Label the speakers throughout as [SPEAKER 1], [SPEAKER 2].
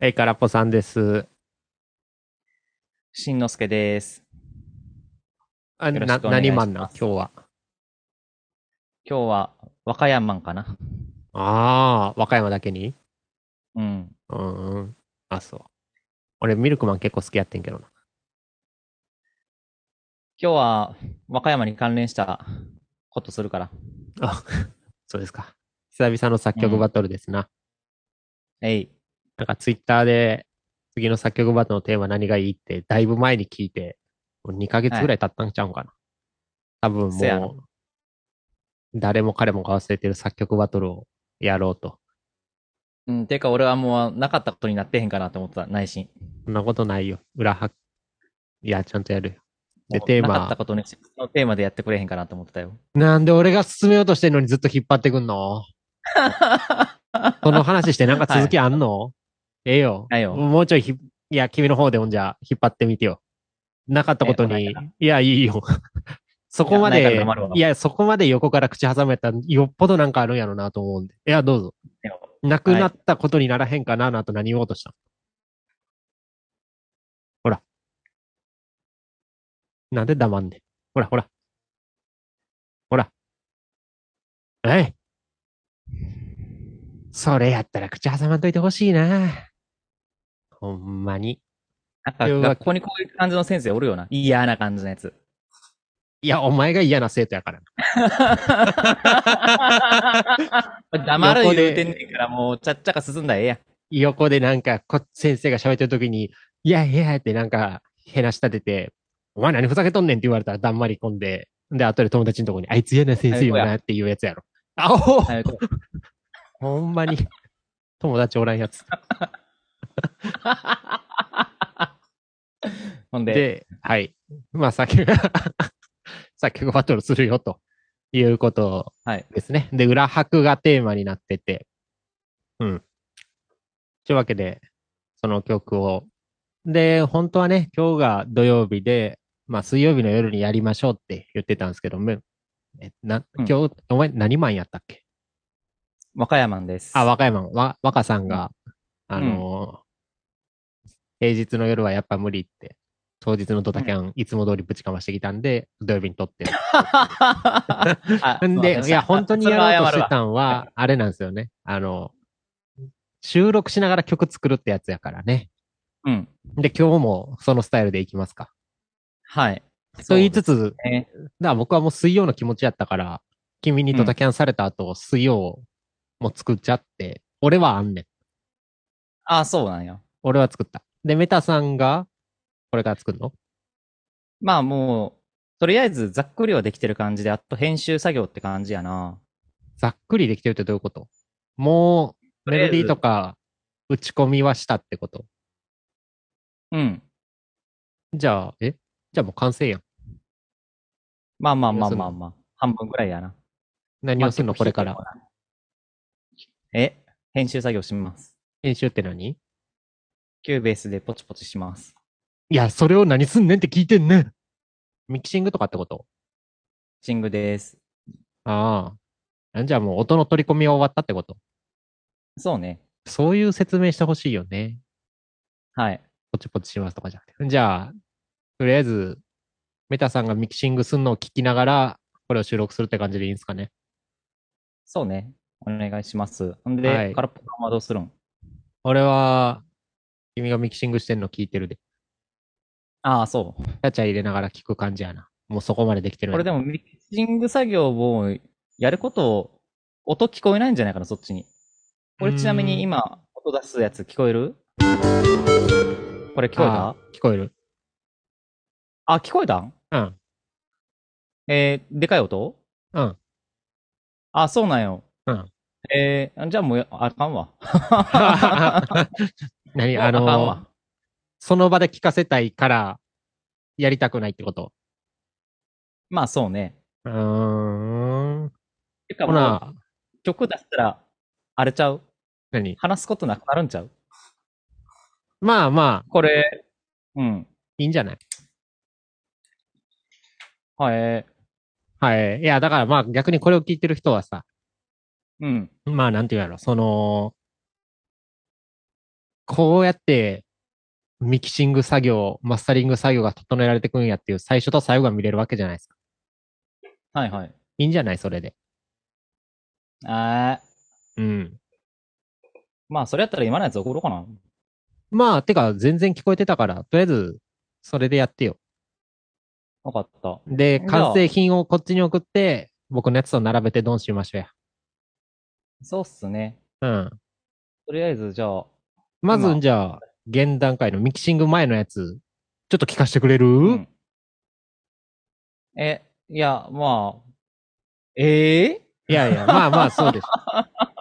[SPEAKER 1] えいからぽさんです。
[SPEAKER 2] しんのすけです。
[SPEAKER 1] あ
[SPEAKER 2] よろ
[SPEAKER 1] な
[SPEAKER 2] しくお願
[SPEAKER 1] 何
[SPEAKER 2] いし
[SPEAKER 1] マ
[SPEAKER 2] ます
[SPEAKER 1] ンな、今日は。
[SPEAKER 2] 今日は、和歌山んかな
[SPEAKER 1] ああ、和歌山だけに
[SPEAKER 2] うん。
[SPEAKER 1] うーん。あ、そう。俺、ミルクマン結構好きやってんけどな。
[SPEAKER 2] 今日は、和歌山に関連したことするから。
[SPEAKER 1] あ、 そうですか。久々の作曲バトルですな。
[SPEAKER 2] えい。
[SPEAKER 1] なんかツイッターで、次の作曲バトルのテーマ何がいいって、だいぶ前に聞いて、もう2ヶ月ぐらい経ったんちゃうんかな。多分
[SPEAKER 2] せやな
[SPEAKER 1] もう、誰も彼もが忘れてる作曲バトルをやろうと。
[SPEAKER 2] うん、てか俺はもう、なかったことになってへんかなと思ってた、内心。
[SPEAKER 1] そんなことないよ。裏は、いや、ちゃんとやるよ。で、テー
[SPEAKER 2] なかった
[SPEAKER 1] マ。
[SPEAKER 2] ことに、そのテーマでやってくれへんかなと思ってたよ。
[SPEAKER 1] なんで俺が進めようとしてんのにずっと引っ張ってくん のこの話してなんか続きあんの、ええよ。
[SPEAKER 2] ないよ
[SPEAKER 1] もうちょいひ、いや、君の方でほんじゃ、引っ張ってみてよ。なかったこと
[SPEAKER 2] え
[SPEAKER 1] に
[SPEAKER 2] わかん、
[SPEAKER 1] いや、いいよ。 そこま
[SPEAKER 2] い
[SPEAKER 1] で
[SPEAKER 2] やないから黙るわ、
[SPEAKER 1] いや、そこまで横から口挟むやったら、よっぽどなんかあるんやろなと思うんで。いや、どうぞ。
[SPEAKER 2] でも
[SPEAKER 1] なくなったことにならへんかな、なと何言おうとしたのほら。なんで黙んねんほら、ほら。ほら。えい。それやったら口挟まんといてほしいな。ほんまに。
[SPEAKER 2] なんか、
[SPEAKER 1] 要は
[SPEAKER 2] 学校にこういう感じの先生おるよな。嫌な感じの やつ。
[SPEAKER 1] いや、お前が嫌な生徒やからな。
[SPEAKER 2] 黙る言うてんねんから、もう、ちゃっちゃか進んだらええやん。
[SPEAKER 1] 横でなんか、こ先生が喋ってる時に、いやいやってなんか、へなし立てて、お前何ふざけとんねんって言われたらだんまり込んで、で、後で友達のとこに、あいつ嫌な先生よなっていうやつやろ。あおう
[SPEAKER 2] 早く
[SPEAKER 1] ほんま に。友達おらんやつ。
[SPEAKER 2] ほんで、
[SPEAKER 1] で、はい。まあ、作 曲、作曲バトルするよということ
[SPEAKER 2] はい
[SPEAKER 1] ですね。で、裏拍がテーマになってて、うん。というわけで、その曲を。で、本当はね、今日が土曜日で、まあ、水曜日の夜にやりましょうって言ってたんですけど、めえな
[SPEAKER 2] うん
[SPEAKER 1] 今日、お前何マンやったっけ
[SPEAKER 2] 和歌山です。
[SPEAKER 1] あ、和歌山、わ若さんが、あのー平日の夜はやっぱ無理って、当日のドタキャン、いつも通りぶちかましてきたんで、土曜日に撮ってる。
[SPEAKER 2] あ
[SPEAKER 1] んで、いや、本当にやろうとして。
[SPEAKER 2] すません
[SPEAKER 1] たんは、あれなんですよね。あの、収録しながら曲作るってやつやからね。
[SPEAKER 2] それは謝るわうん。
[SPEAKER 1] で、今日もそのスタイルでいきますか。
[SPEAKER 2] はい。
[SPEAKER 1] と言いつつ、
[SPEAKER 2] そうですね
[SPEAKER 1] だから僕はもう水曜の気持ちやったから、君にドタキャンされた後、水曜も作っちゃって、俺はあんねん。
[SPEAKER 2] あ、そうなんや。
[SPEAKER 1] 俺は作った。で、メタさんが、これから作るの
[SPEAKER 2] まあもう、とりあえずざっくりはできてる感じで、あと編集作業って感じやな。
[SPEAKER 1] ざっくりできてるってどういうこともう、メロディーとか、打ち込みはしたってこと
[SPEAKER 2] うん。
[SPEAKER 1] じゃあ、えじゃあもう完成やん。
[SPEAKER 2] まあまあまあまあまあ。半分ぐらいやな。
[SPEAKER 1] 何をするのこれから。。
[SPEAKER 2] え、編集作業します。
[SPEAKER 1] 編集って何い
[SPEAKER 2] キューベースでポチポチします。
[SPEAKER 1] や、それを何すんねんって聞いてんねんミキシングとかってこと
[SPEAKER 2] シングです。
[SPEAKER 1] ああ。じゃあもう音の取り込みは終わったってこと
[SPEAKER 2] そうね。
[SPEAKER 1] そういう説明してほしいよね。
[SPEAKER 2] はい。
[SPEAKER 1] ポチポチしますとかじゃなくて。じゃあ、とりあえず、メタさんがミキシングすんのを聞きながら、これを収録するって感じでいいんですかね。
[SPEAKER 2] そうね。お願いします。ほんで、
[SPEAKER 1] はい
[SPEAKER 2] カラポカはどうするん
[SPEAKER 1] 俺は、君がミキシングしてんの聞いてるで。
[SPEAKER 2] ああ、そう。
[SPEAKER 1] チャチャ入れながら聞く感じやな。もうそこまでできてるんや
[SPEAKER 2] これでもミキシング作業をやることを、音聞こえないんじゃないかな、そっちに。これちなみに今、音出すやつ聞こえるこれ聞こえた
[SPEAKER 1] あ聞こえ る。
[SPEAKER 2] あ聞こえたん
[SPEAKER 1] うん。
[SPEAKER 2] えー、でかい音
[SPEAKER 1] うん。
[SPEAKER 2] あ、そうなんよ。
[SPEAKER 1] うん。
[SPEAKER 2] えー、じゃあもうや、あか んわ。
[SPEAKER 1] 何あ
[SPEAKER 2] あかん
[SPEAKER 1] の、
[SPEAKER 2] わ
[SPEAKER 1] その場で聞かせたいから、やりたくないってこと
[SPEAKER 2] まあそうね。
[SPEAKER 1] うーん。
[SPEAKER 2] てか
[SPEAKER 1] ほ
[SPEAKER 2] もう、
[SPEAKER 1] な、
[SPEAKER 2] 曲出したら、あれちゃう
[SPEAKER 1] 何
[SPEAKER 2] 話すことなくなるんちゃう
[SPEAKER 1] まあまあ、
[SPEAKER 2] これ、うん。
[SPEAKER 1] いいんじゃない
[SPEAKER 2] はい。
[SPEAKER 1] はい。いや、だからまあ逆にこれを聞いてる人はさ、
[SPEAKER 2] うん。
[SPEAKER 1] まあなんて言うやろ、その、こうやってミキシング作業、マスタリング作業が整えられてくんやっていう最初と最後が見れるわけじゃないですか。
[SPEAKER 2] はいはい。
[SPEAKER 1] いいんじゃないそれで。
[SPEAKER 2] あ
[SPEAKER 1] う
[SPEAKER 2] ー
[SPEAKER 1] ん。
[SPEAKER 2] まあ、それやったら今のやつ送ろうかな。
[SPEAKER 1] まあ、てか全然聞こえてたから、とりあえず、それでやってよ。
[SPEAKER 2] わかった。
[SPEAKER 1] で、
[SPEAKER 2] じゃあ
[SPEAKER 1] 完成品をこっちに送って、僕のやつと並べてドンしましょうや。
[SPEAKER 2] そうっすね。
[SPEAKER 1] うん。
[SPEAKER 2] とりあえず、じゃあ、
[SPEAKER 1] ま
[SPEAKER 2] 今
[SPEAKER 1] ず、じゃあ、現段階のミキシング前のやつ、ちょっと聞かせてくれる、
[SPEAKER 2] うんえ、いや、まあ、ええ
[SPEAKER 1] いやいや、まあまあ、そう でしょ。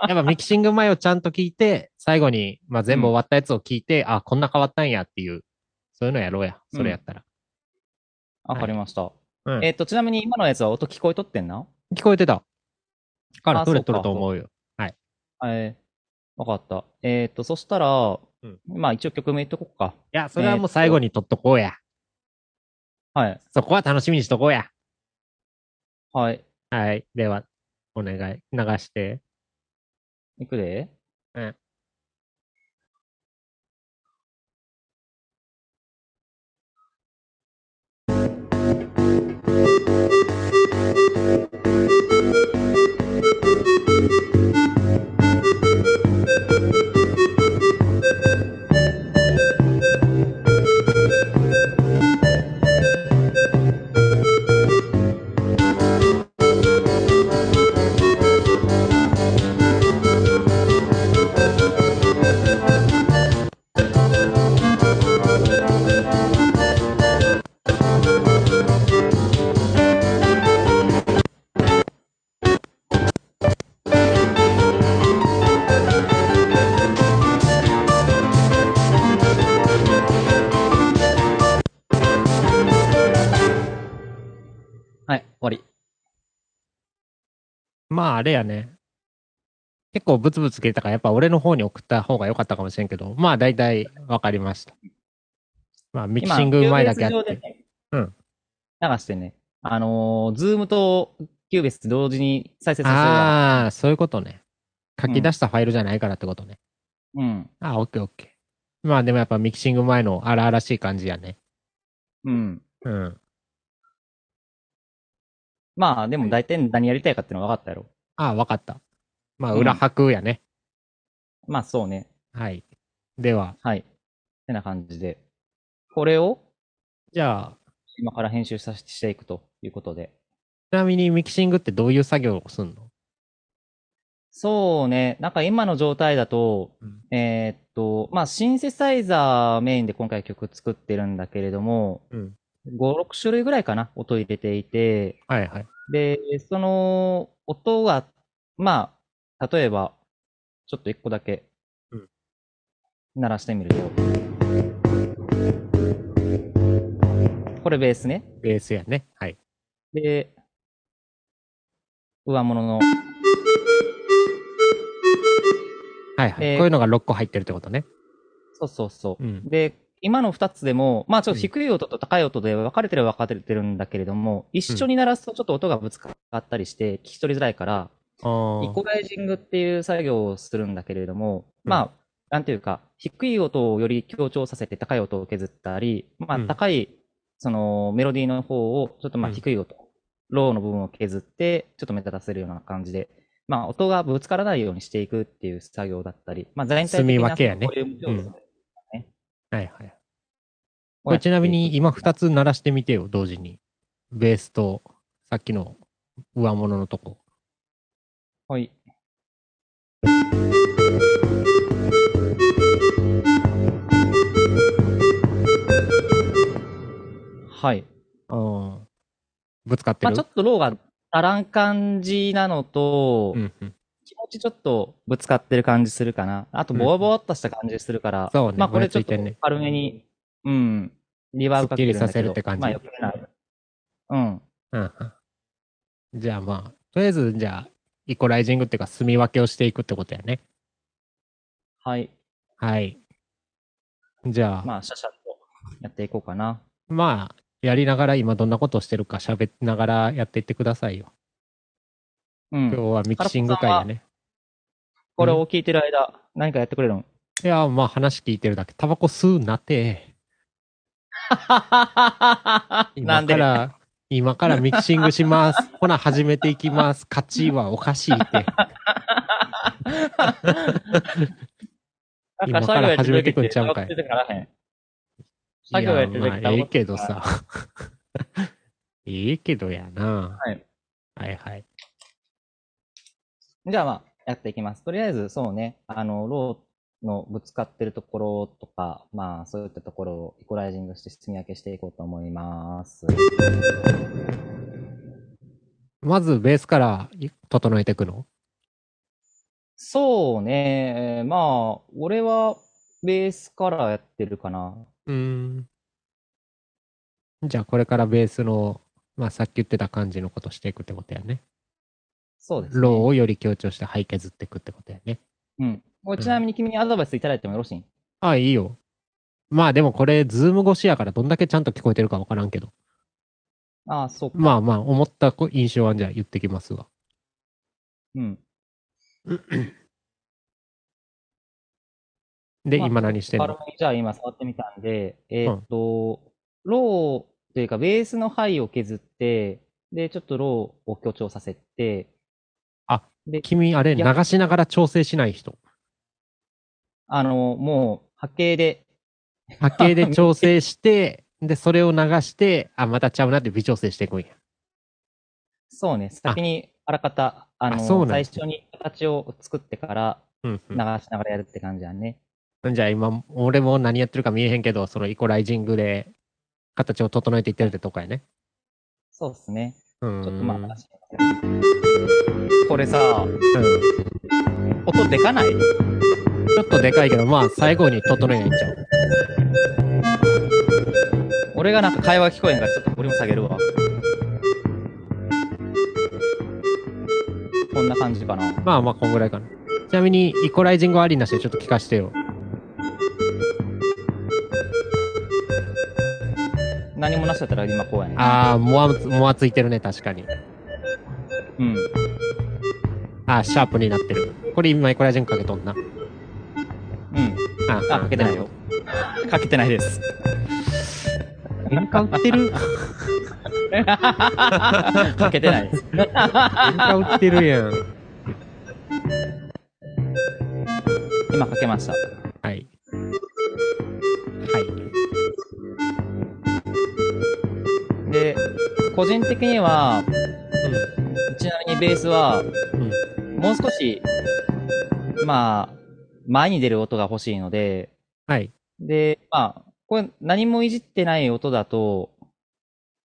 [SPEAKER 1] やっぱミキシング前をちゃんと聞いて、最後に、まあ全部終わったやつを聞いて、あ、こんな変わったんやっていう、そういうのやろうや。それやったら。
[SPEAKER 2] わかりました。
[SPEAKER 1] うん
[SPEAKER 2] えっと、ちなみに今のやつは音聞こえとってんな
[SPEAKER 1] 聞こえてた。から
[SPEAKER 2] あ
[SPEAKER 1] 取れと
[SPEAKER 2] そ
[SPEAKER 1] る
[SPEAKER 2] うか
[SPEAKER 1] と思うよ。
[SPEAKER 2] えー、わかった。えっと、そしたら、
[SPEAKER 1] うん
[SPEAKER 2] まあ一応曲名言っとこうか。
[SPEAKER 1] いや、それはもう最後に取っとこうや。
[SPEAKER 2] はい。
[SPEAKER 1] そこは楽しみにしとこうや。
[SPEAKER 2] はい。
[SPEAKER 1] はい。では、お願い、流して。
[SPEAKER 2] いくで。
[SPEAKER 1] うん
[SPEAKER 2] はい、終わり。
[SPEAKER 1] まあ、あれやね。結構ブツブツ切れたから、やっぱ俺の方に送った方が良かったかもしれんけど、まあ大体わかりました。まあ、ミキシング前だけや
[SPEAKER 2] 今
[SPEAKER 1] っ
[SPEAKER 2] キュー
[SPEAKER 1] て。
[SPEAKER 2] ベース上でね
[SPEAKER 1] うん
[SPEAKER 2] 流してね。あのー、ズームとキューベースって同時に再生させるわ。
[SPEAKER 1] ああ、そういうことね。書き出したファイルじゃないからってことね。
[SPEAKER 2] うん。
[SPEAKER 1] ああ、オッケーオッケー。まあでもやっぱミキシング前の荒々しい感じやね。
[SPEAKER 2] うん。
[SPEAKER 1] うん。
[SPEAKER 2] まあ、でも大体何やりたいかっていうのは分かったやろ。
[SPEAKER 1] ああ、わかった。まあ
[SPEAKER 2] うん
[SPEAKER 1] 裏拍やね。
[SPEAKER 2] まあ、そうね。
[SPEAKER 1] はい。では、
[SPEAKER 2] はい。ってな感じで。これを
[SPEAKER 1] じゃあ、
[SPEAKER 2] 今から編集させしていくということで。
[SPEAKER 1] ちなみにミキシングってどういう作業をすんの
[SPEAKER 2] そうね。なんか今の状態だと、
[SPEAKER 1] うん
[SPEAKER 2] えーっと、まあ、シンセサイザーメインで今回曲作ってるんだけれども、
[SPEAKER 1] うん
[SPEAKER 2] 5、6種類ぐらいかな、音入れていて、
[SPEAKER 1] はいはい。
[SPEAKER 2] で、その音は、まあ、例えば、ちょっと1個だけ
[SPEAKER 1] うん、
[SPEAKER 2] 鳴らしてみると。これベースね。
[SPEAKER 1] ベースやね。はい。
[SPEAKER 2] で、上物の、
[SPEAKER 1] はいはい。
[SPEAKER 2] で
[SPEAKER 1] こういうのが6個入ってるってことね。
[SPEAKER 2] そうそうそう。
[SPEAKER 1] うん。
[SPEAKER 2] で、今の二つでも、まあちょっ
[SPEAKER 1] うん
[SPEAKER 2] と低い音と高い音で分かれてるは分かれてるんだけれども、一緒に鳴らすとちょっと音がぶつかったりして聞き取りづらいから、
[SPEAKER 1] あー
[SPEAKER 2] イコライジングっていう作業をするんだけれども、
[SPEAKER 1] うん
[SPEAKER 2] まあ、なんていうか、低い音をより強調させて高い音を削ったり、まあ
[SPEAKER 1] うん
[SPEAKER 2] 高い、そのメロディーの方をちょっとまあ
[SPEAKER 1] うん
[SPEAKER 2] 低い音、ローの部分を削って、ちょっと目立たせるような感じで、まあ音がぶつからないようにしていくっていう作業だったり、まあ全体
[SPEAKER 1] 住
[SPEAKER 2] 的
[SPEAKER 1] み
[SPEAKER 2] な
[SPEAKER 1] 分けやね
[SPEAKER 2] ボリューム調整
[SPEAKER 1] うんはいはい。これちなみに今
[SPEAKER 2] 今、
[SPEAKER 1] 2つ鳴らしてみてよ、同時に。ベースと、さっきの上物のとこ。
[SPEAKER 2] はい。はい。
[SPEAKER 1] うん。ぶつかって
[SPEAKER 2] まあ
[SPEAKER 1] る。
[SPEAKER 2] ちょっとローが足らん感じなのと、
[SPEAKER 1] うんうん、
[SPEAKER 2] 気持ちちょっとぶつかってる感じするかな。あと、ボワボワっとした感じするから、
[SPEAKER 1] そうね
[SPEAKER 2] まあこれちょっ
[SPEAKER 1] ぼ
[SPEAKER 2] と
[SPEAKER 1] やついてんね
[SPEAKER 2] 軽めに、うん、リバーブかけてるん
[SPEAKER 1] すっきりさ
[SPEAKER 2] だけど
[SPEAKER 1] せるって感じ
[SPEAKER 2] まあよくない。うん。
[SPEAKER 1] うんうん。じゃあまあ、とりあえず、じゃあ、イコライジングっていうか、住み分けをしていくってことやね。
[SPEAKER 2] はい。
[SPEAKER 1] はい。じゃあ、まあ、
[SPEAKER 2] まあ、シャシャッとやっていこうかな。
[SPEAKER 1] やりながら今どんなことをしてるか喋りながらやっていってくださいよ。
[SPEAKER 2] うん
[SPEAKER 1] 今。日はミキシング会やね。
[SPEAKER 2] これを聞いてる間、何かやってくれるん
[SPEAKER 1] いや、まあ話聞いてるだけ。タバコ吸うなって。
[SPEAKER 2] な
[SPEAKER 1] 今
[SPEAKER 2] ん
[SPEAKER 1] か
[SPEAKER 2] で
[SPEAKER 1] ら、今からミキシングします。 ほな、始めていきます。勝ちはおかしい って。今から始めてくんちゃうんかい
[SPEAKER 2] だら作業やってる時ってタバコ吸いたくならへん
[SPEAKER 1] い
[SPEAKER 2] 作業や
[SPEAKER 1] や、
[SPEAKER 2] ってる
[SPEAKER 1] ま
[SPEAKER 2] 時
[SPEAKER 1] あ、
[SPEAKER 2] タバコ吸う
[SPEAKER 1] ええけどさ。 ええけどやな。
[SPEAKER 2] はい。
[SPEAKER 1] はいはい。
[SPEAKER 2] じゃあまあ、やっていきます。とりあえず、そうね、あの、ローのぶつかってるところとか、まあ、そういったところをイコライジングして、積み分けしていこうと思います。
[SPEAKER 1] まず、ベースからい整えていくの
[SPEAKER 2] そうね、まあ、俺は、ベースからやってるかな。
[SPEAKER 1] うーん。じゃあ、これからベースの、まあ、さっき言ってた感じのことしていくってことやね。
[SPEAKER 2] そうです、ね。
[SPEAKER 1] ローをより強調して肺削っていくってことやね。
[SPEAKER 2] うん。これちなみに君にアドバイスいただいてもよろしい、
[SPEAKER 1] ああ、いいよ。まあでもこれ、ズーム越しやからどんだけちゃんと聞こえてるかわからんけど。
[SPEAKER 2] ああ、そうか。
[SPEAKER 1] まあまあ、思ったこ印象はじゃあ言ってきますわ。
[SPEAKER 2] うん。
[SPEAKER 1] で、
[SPEAKER 2] まあ
[SPEAKER 1] 今何してん
[SPEAKER 2] 軽
[SPEAKER 1] の
[SPEAKER 2] めにじゃあ今触ってみたんで、えー
[SPEAKER 1] ん
[SPEAKER 2] っと、ローというかベースの範囲を削って、で、ちょっとローを強調させて、
[SPEAKER 1] あ、
[SPEAKER 2] で、
[SPEAKER 1] 君、あれ、
[SPEAKER 2] いや
[SPEAKER 1] 流しながら調整しない人。
[SPEAKER 2] あの、もう波形で、
[SPEAKER 1] 波形で調整して、で、それを流して、あ、またちゃうなって微調整していくんや。
[SPEAKER 2] そうね、先にあらかた、あの、
[SPEAKER 1] そうなん
[SPEAKER 2] 最
[SPEAKER 1] です
[SPEAKER 2] 初に形を作ってから
[SPEAKER 1] うん、
[SPEAKER 2] 流しながらやるって感じだね。
[SPEAKER 1] うん。じゃあ今、俺も何やってるか見えへんけど、そのイコライジングで形を整えていってるってとこやね。
[SPEAKER 2] そうですね。
[SPEAKER 1] うん。
[SPEAKER 2] ちょっとまあ、
[SPEAKER 1] うん
[SPEAKER 2] 話これさ、音でかない
[SPEAKER 1] ちょっとでかいけど、まあ、最後に整えないんちゃう。
[SPEAKER 2] 俺がなんか会話聞こえんからちょっと俺も下げるわ。こんな感じかな。
[SPEAKER 1] まあまあ、こんぐらいかな。ちなみに、イコライジングはありなしでちょっと聞かしてよ。
[SPEAKER 2] 何もなしだったら今こうやね。
[SPEAKER 1] ああ、もわつ、もわついてるね、確かに。
[SPEAKER 2] うん。
[SPEAKER 1] あーシャープになってる。これ今、イコライジングかけとんな。
[SPEAKER 2] うん。
[SPEAKER 1] あ
[SPEAKER 2] あ、かけてないよ。。かけてないです。
[SPEAKER 1] 喧嘩売ってる
[SPEAKER 2] かけてないです。
[SPEAKER 1] 喧嘩売ってるやん。
[SPEAKER 2] 今かけました。
[SPEAKER 1] はい。はい。
[SPEAKER 2] で、個人的には、ちなみにベースは、
[SPEAKER 1] うん。うん。
[SPEAKER 2] もう少し、まあ、前に出る音が欲しいので、
[SPEAKER 1] はい。
[SPEAKER 2] で、まあ、これ何もいじってない音だと、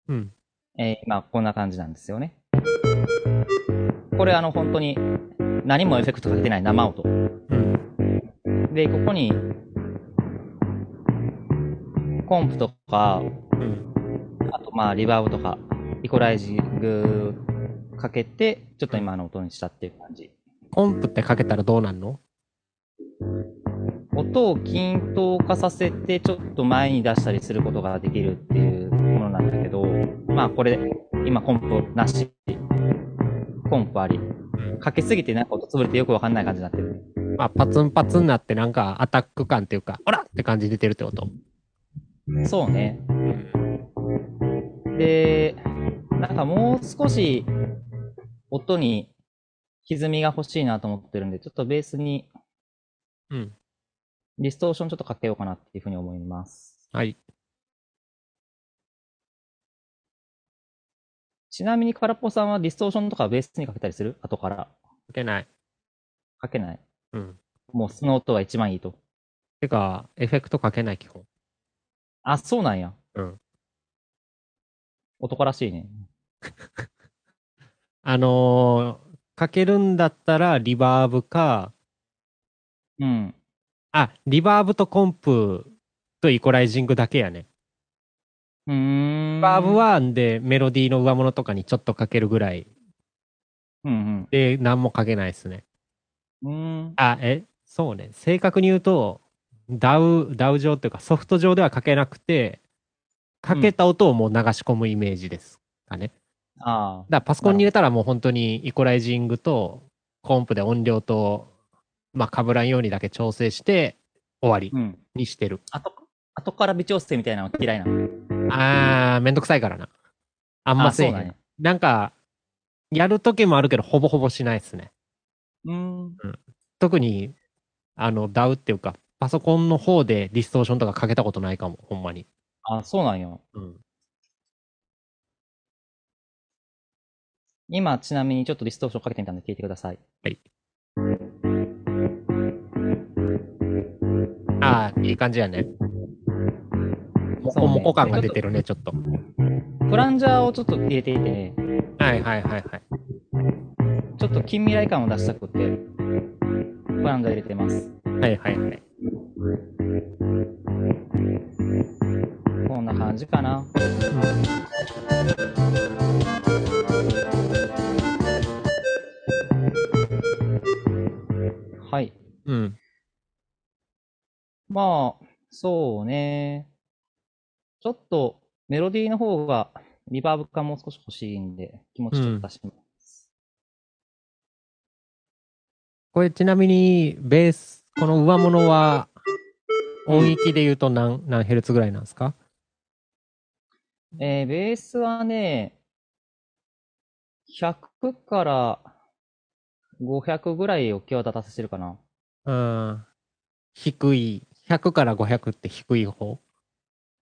[SPEAKER 1] うん。
[SPEAKER 2] えー、まあ、こんな感じなんですよね。これ、あの、本当に、何もエフェクトかけてない生音。
[SPEAKER 1] うん。
[SPEAKER 2] で、ここに、コンプとか、
[SPEAKER 1] うん。
[SPEAKER 2] あと、まあ、リバーブとか、イコライジングかけて、ちょっと今の音にしたっていう感じ。
[SPEAKER 1] コンプってかけたらどうなんの
[SPEAKER 2] 音を均等化させて、ちょっと前に出したりすることができるっていうものなんだけど、まあこれ、今コンプなし、コンプあり。かけすぎてなんか音潰れてよくわかんない感じになってる。
[SPEAKER 1] まあ、パツンパツンなってなんかアタック感っていうか、オラって感じ出てるってこと。
[SPEAKER 2] そうね。
[SPEAKER 1] うん。
[SPEAKER 2] で、なんかもう少し音に歪みが欲しいなと思ってるんで、ちょっとベースに
[SPEAKER 1] うん。
[SPEAKER 2] ディストーションちょっとかけようかなっていうふうに思います。
[SPEAKER 1] はい。
[SPEAKER 2] ちなみに空っぽさんはディストーションとかベースにかけたりする後から。
[SPEAKER 1] かけない。
[SPEAKER 2] かけない。
[SPEAKER 1] うん。
[SPEAKER 2] もうその音が一番いいと。
[SPEAKER 1] てか、エフェクトかけない基本。
[SPEAKER 2] あ、そうなんや。
[SPEAKER 1] うん。
[SPEAKER 2] 男らしいね。
[SPEAKER 1] あのーかけるんだったらリバーブか、
[SPEAKER 2] うん。
[SPEAKER 1] あ、リバーブとコンプとイコライジングだけやね。
[SPEAKER 2] うーん。
[SPEAKER 1] リバーブ、は、んで、メロディーの上物とかにちょっとかけるぐらい
[SPEAKER 2] うん
[SPEAKER 1] で、何もかけないですね。
[SPEAKER 2] うん。うーん。
[SPEAKER 1] あ、え、そうね。正確に言うと、ダウ、ダウ上っていうかソフト上ではかけなくて、かけた音をもう流し込むイメージですかね。
[SPEAKER 2] あ
[SPEAKER 1] だ
[SPEAKER 2] あ。
[SPEAKER 1] からパソコンに入れたらもう本当にイコライジングとコンプで音量と、まあ、被らんようにだけ調整して、終わり
[SPEAKER 2] うん。
[SPEAKER 1] にしてる。
[SPEAKER 2] 後、後から微調整みたいなの嫌いなの。
[SPEAKER 1] あー、めんどくさいからな。あんませえ
[SPEAKER 2] そ
[SPEAKER 1] へ。
[SPEAKER 2] うんだね。
[SPEAKER 1] なんか、やる時もあるけど、ほぼほぼしないですね。
[SPEAKER 2] うん。
[SPEAKER 1] 特に、あの、DAW っていうか、パソコンの方でディストーションとかかけたことないかも、ほんまに。
[SPEAKER 2] あ、そうなんよ。
[SPEAKER 1] うん。
[SPEAKER 2] 今、ちなみにちょっとディストーションかけてみたんで聞いてください。
[SPEAKER 1] あー、いい感じやね。も
[SPEAKER 2] そう
[SPEAKER 1] こ
[SPEAKER 2] ね
[SPEAKER 1] もこ感が出てるね、ちょっと。
[SPEAKER 2] フランジャーをちょっと入れていて、
[SPEAKER 1] はいはいはいはい。
[SPEAKER 2] ちょっと近未来感を出したくて、フランジャー入れてます。
[SPEAKER 1] はいはいはい。
[SPEAKER 2] こんな感じかな。はい。
[SPEAKER 1] うん。
[SPEAKER 2] まあ、そうね。ちょっとメロディーの方がリバーブ感もう少し欲しいんで、気持ちちょっと出します。
[SPEAKER 1] これちなみに、ベース、この上物は、音域で言うと何、何ヘルツぐらいなんですか
[SPEAKER 2] えー、ベースはね、100から500ぐらいを際立たせてるかな。
[SPEAKER 1] うん。低い。100から500って低い方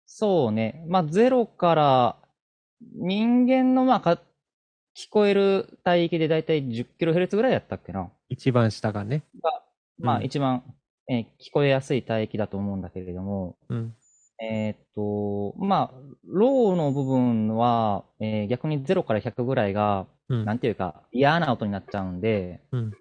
[SPEAKER 2] そうね。まあ、0から、人間の、まあ、か、聞こえる帯域でだいたい 10kHz ぐらいやったっけな。
[SPEAKER 1] 一番下がね。
[SPEAKER 2] ま
[SPEAKER 1] う
[SPEAKER 2] あ、
[SPEAKER 1] ん
[SPEAKER 2] 一番、えー聞こえやすい帯域だと思うんだけれども、
[SPEAKER 1] うん。
[SPEAKER 2] えーっと、まあ、ローの部分は、えー逆に0から100ぐらいが、
[SPEAKER 1] うん
[SPEAKER 2] なんていうか、嫌な音になっちゃうんで、
[SPEAKER 1] うん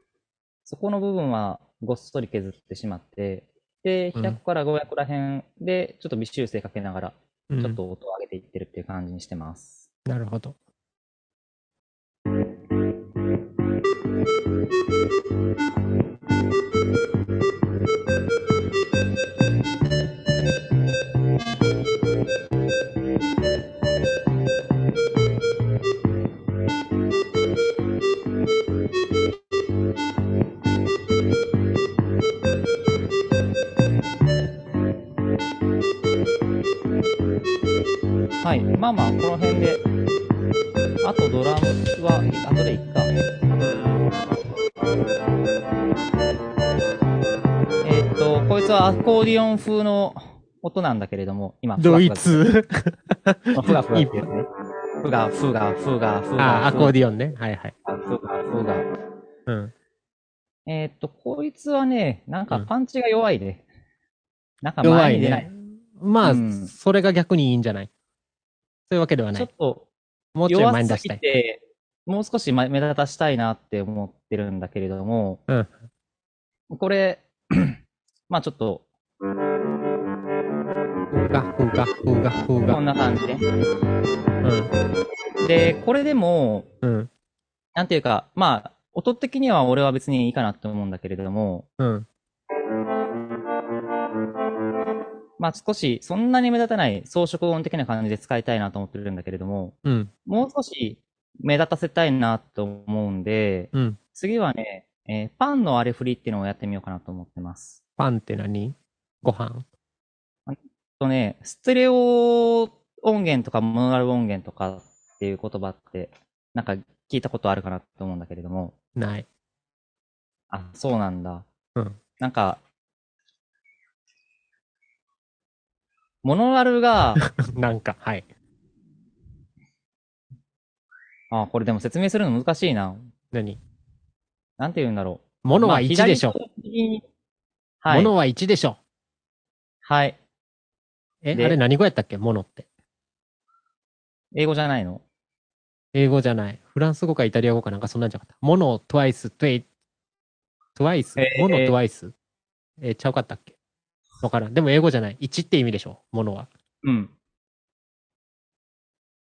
[SPEAKER 2] そこの部分はごっそり削ってしまって、で、
[SPEAKER 1] うん
[SPEAKER 2] 100から500ら辺で、ちょっと微修正かけながら、
[SPEAKER 1] うん
[SPEAKER 2] ちょっと音を上げていってるっていう感じにしてます。
[SPEAKER 1] なるほど。
[SPEAKER 2] はい。まあまあ、この辺で。あとドラムは、後でいっか。えーっと、こいつはアコーディオン風の音なんだけれども、今、
[SPEAKER 1] ドイツ。
[SPEAKER 2] ふがふがってやつね。ふがふがふがふが。
[SPEAKER 1] あ、アコー
[SPEAKER 2] デ
[SPEAKER 1] ディオンね。はいはい。
[SPEAKER 2] ィオン。ふがふが。
[SPEAKER 1] うん。
[SPEAKER 2] えーっと、こいつはね、なんか
[SPEAKER 1] うん
[SPEAKER 2] パンチが弱いね。なんか
[SPEAKER 1] 弱
[SPEAKER 2] 前
[SPEAKER 1] い
[SPEAKER 2] に出ない。
[SPEAKER 1] ね。まあ、
[SPEAKER 2] うん
[SPEAKER 1] それが逆にいいんじゃないそういうわけではな
[SPEAKER 2] ちょっ
[SPEAKER 1] い。
[SPEAKER 2] と、
[SPEAKER 1] もうちょい前
[SPEAKER 2] 弱
[SPEAKER 1] に出
[SPEAKER 2] す
[SPEAKER 1] した
[SPEAKER 2] ぎ
[SPEAKER 1] い。
[SPEAKER 2] て、もう少し前目立たしたいなって思ってるんだけれども、
[SPEAKER 1] うん
[SPEAKER 2] これ、 まあちょっと、
[SPEAKER 1] ふがふがふがふ
[SPEAKER 2] こ
[SPEAKER 1] が。
[SPEAKER 2] んな感じで。
[SPEAKER 1] うん。
[SPEAKER 2] で、これでも、
[SPEAKER 1] うん。
[SPEAKER 2] なんていうか、まあ、音的には俺は別にいいかなと思うんだけれども、
[SPEAKER 1] うん。
[SPEAKER 2] まあ少し、そんなに目立たない装飾音的な感じで使いたいなと思ってるんだけれども、
[SPEAKER 1] うん。
[SPEAKER 2] もう少し目立たせたいなと思うんで、
[SPEAKER 1] うん。
[SPEAKER 2] 次はね、えーパンのあれ振りっていうのをやってみようかなと思ってます。
[SPEAKER 1] パンって何ご飯
[SPEAKER 2] えっとね、ステレオ音源とかモノラル音源とかっていう言葉って、なんか聞いたことあるかなと思うんだけれども、
[SPEAKER 1] ない。
[SPEAKER 2] あ、そうなんだ。
[SPEAKER 1] うん
[SPEAKER 2] なんか、モノラル が、
[SPEAKER 1] なんか、はい。
[SPEAKER 2] あ、これでも説明するの難しいな。
[SPEAKER 1] 何
[SPEAKER 2] なんて言うんだろう。
[SPEAKER 1] 物は1でしょ。
[SPEAKER 2] まあ。左にはい。
[SPEAKER 1] 物は1でしょ。
[SPEAKER 2] はい。
[SPEAKER 1] え、あ
[SPEAKER 2] で
[SPEAKER 1] れ何語やったっけ物って。
[SPEAKER 2] 英語じゃないの
[SPEAKER 1] 英語じゃない。フランス語かイタリア語かなんかそんなんじゃなかった。モノ、トワイス、トゥエイ、トワイス、
[SPEAKER 2] えー
[SPEAKER 1] モノ、トワイス。えーちゃうかったっけわからん。でも英語じゃない。1って意味でしょ、モノは。
[SPEAKER 2] うん。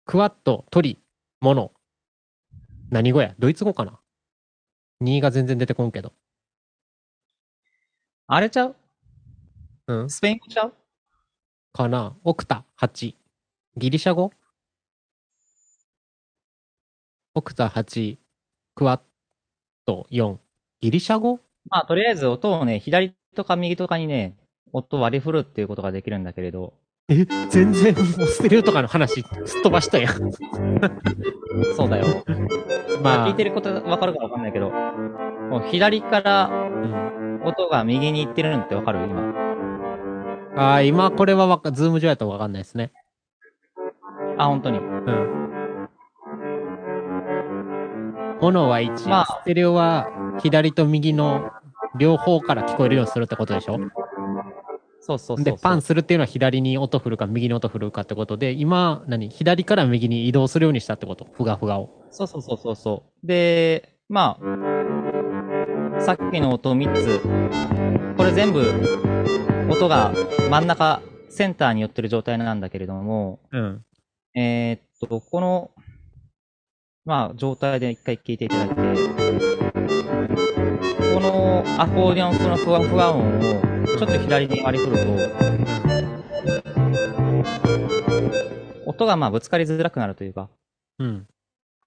[SPEAKER 1] クワッド、トリ、モノ。何語やドイツ語かな ?2 が全然出てこんけど。
[SPEAKER 2] あれちゃう
[SPEAKER 1] うん。
[SPEAKER 2] スペイン語ちゃう
[SPEAKER 1] かなオクタ、8。ギリシャ語オクタ8、クワッド4。ギリシャ語
[SPEAKER 2] まあ、とりあえず音をね、左とか右とかにね、音割り振るっていうことができるんだけれど、
[SPEAKER 1] え、全然、もうステレオとかの話、すっ飛ばしたやん。
[SPEAKER 2] そうだよ。ま
[SPEAKER 1] ま
[SPEAKER 2] あ、
[SPEAKER 1] あ、
[SPEAKER 2] 聞いてることわかるかわかんないけど、もう左から
[SPEAKER 1] うん
[SPEAKER 2] 音が右に行ってるのってわかる今。
[SPEAKER 1] あー今これはわか、ズーム上やったらわかんないですね。
[SPEAKER 2] あ、本当に。
[SPEAKER 1] うん。斧は1、
[SPEAKER 2] まあ
[SPEAKER 1] ステレオは左と右の両方から聞こえるようにするってことでしょ
[SPEAKER 2] そうそうそうそう。
[SPEAKER 1] で、パンするっていうのは左に音振るか右に音振るかってことで、今、何左から右に移動するようにしたってことふがふがを。
[SPEAKER 2] そうそうそうそうそう。で、まあ、さっきの音3つ、これ全部音が真ん中、センターに寄ってる状態なんだけれども、
[SPEAKER 1] うん。
[SPEAKER 2] えーっと、この、まあ、状態で一回聞いていただいて、このアコーディオンそのふわふわ音をちょっと左に割り振ると、音がまあぶつかりづらくなるというか、
[SPEAKER 1] うん。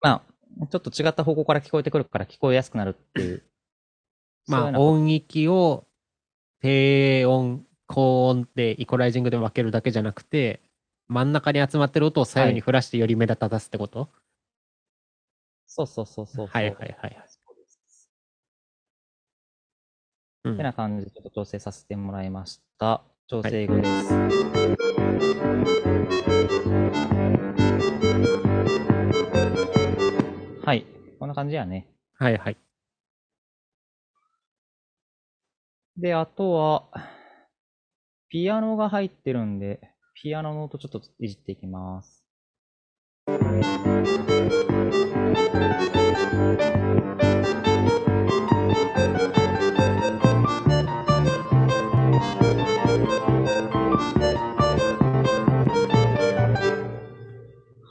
[SPEAKER 2] まあ、ちょっと違った方向から聞こえてくるから聞こえやすくなるっていう。そう
[SPEAKER 1] ま
[SPEAKER 2] いう
[SPEAKER 1] あ、
[SPEAKER 2] の
[SPEAKER 1] 音域を低音、高音でイコライジングで分けるだけじゃなくて、真ん中に集まってる音を左右に振らしてより目立たせってこと、
[SPEAKER 2] そうそうそうそうそう。
[SPEAKER 1] はいはいはいはい
[SPEAKER 2] そうです。
[SPEAKER 1] うん
[SPEAKER 2] てな感じでちょっと調整させてもらいました。調整後です。はい。こんな感じやね。
[SPEAKER 1] はいはい。
[SPEAKER 2] で、あとは、ピアノが入ってるんで、ピアノの音ちょっといじっていきます。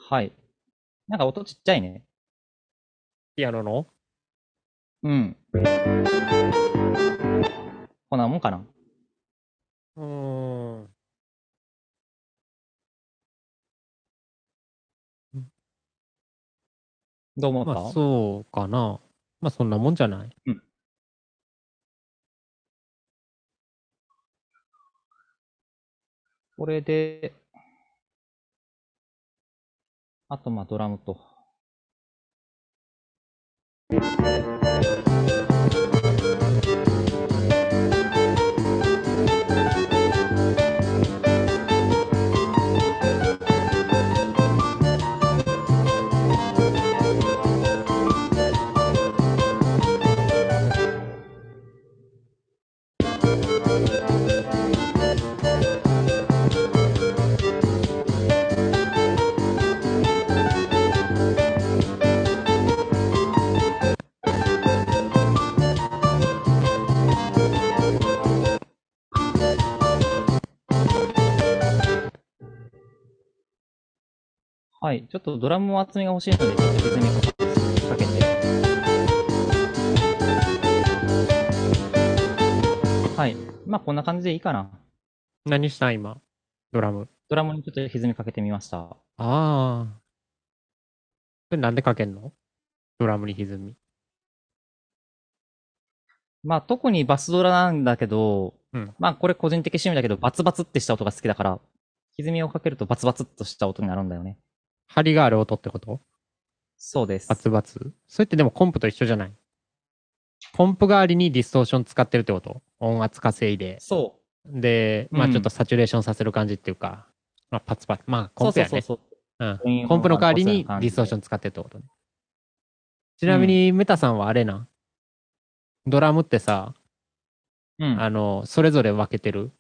[SPEAKER 2] はい。なんか音ちっちゃいね。
[SPEAKER 1] ピアノの
[SPEAKER 2] うん。こんなもんかな。
[SPEAKER 1] うーん。
[SPEAKER 2] どう思った、
[SPEAKER 1] まあ、そうかな。まあ、そんなもんじゃない。
[SPEAKER 2] これで、あとまあドラムと。はい。ちょっとドラムも厚みが欲しいので、ちょっとリズミックかけて。はい。まあこんな感じでいいかな。
[SPEAKER 1] 何した今ドラム。
[SPEAKER 2] ドラムにちょっと歪みかけてみました。
[SPEAKER 1] ああ。それなんでかけんのドラムに歪み。
[SPEAKER 2] まあ特にバスドラなんだけど、
[SPEAKER 1] うん
[SPEAKER 2] まあこれ個人的趣味だけど、バツバツってした音が好きだから、歪みをかけるとバツバツっとした音になるんだよね。
[SPEAKER 1] 張りがある音ってこと
[SPEAKER 2] そうです。
[SPEAKER 1] バツバツそれってでもコンプと一緒じゃないコンプ代わりにディストーション使ってるってこと音圧稼いで。
[SPEAKER 2] そう。
[SPEAKER 1] で、まあ
[SPEAKER 2] うん
[SPEAKER 1] ちょっとサチュレーションさせる感じっていうか、まあパツパツ。まあコンプやね。
[SPEAKER 2] そうそうそう
[SPEAKER 1] うんコンプの代わりにディストーション使ってってことね。ちなみに、メタさんはあれな。ドラムってさ、
[SPEAKER 2] そう。うん。
[SPEAKER 1] あの、それぞれ分けてる。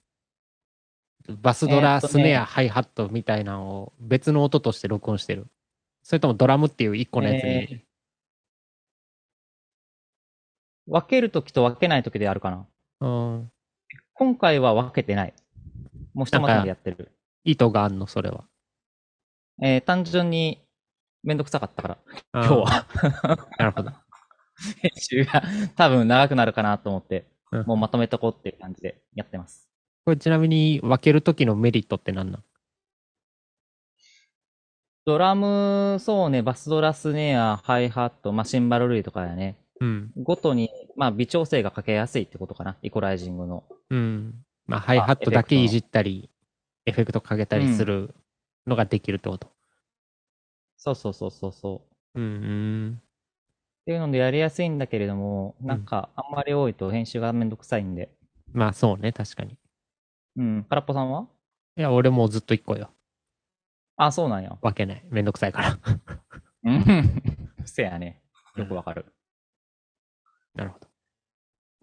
[SPEAKER 1] バスド
[SPEAKER 2] えー
[SPEAKER 1] ラ、
[SPEAKER 2] っとね
[SPEAKER 1] スネア、ハイハットみたいなのを別の音として録音してる。それともドラムっていう一個のやつに。
[SPEAKER 2] えー分けるときと分けないときであるかな。
[SPEAKER 1] うん。
[SPEAKER 2] 今回は分けてない。もう一まとめでやってる。
[SPEAKER 1] 意図があんの、それは。
[SPEAKER 2] えー単純に、めんどくさかったから、
[SPEAKER 1] 今
[SPEAKER 2] 今日。は。
[SPEAKER 1] なるほど。
[SPEAKER 2] 編集が多分長くなるかなと思って
[SPEAKER 1] うん、
[SPEAKER 2] もうまとめとこうっていう感じでやってます。
[SPEAKER 1] これちなみに分けるときのメリットって何なん
[SPEAKER 2] ドラム、そうね、バスドラ、スネア、ハイハット、まあ、シンバル類とかやね。
[SPEAKER 1] うん。
[SPEAKER 2] ごとに、まあ、微調整がかけやすいってことかな。イコライジングの。
[SPEAKER 1] うん。まあ、ハイハットだけいじったり、エフェクトかけたりするのができるってこと。
[SPEAKER 2] そうそうそうそうそう。
[SPEAKER 1] う
[SPEAKER 2] っ
[SPEAKER 1] ん、うん。
[SPEAKER 2] ていうのでやりやすいんだけれども、なんかあんまり多いと編集がめんどくさいんで。
[SPEAKER 1] まあ、そうね、確かに。
[SPEAKER 2] うん。空っぽさんはい
[SPEAKER 1] や、俺もうずっと一個よ。
[SPEAKER 2] あ、そうなんや。
[SPEAKER 1] 分けない。めんどくさいから。
[SPEAKER 2] うん。せやね。よくわかる。
[SPEAKER 1] なるほど。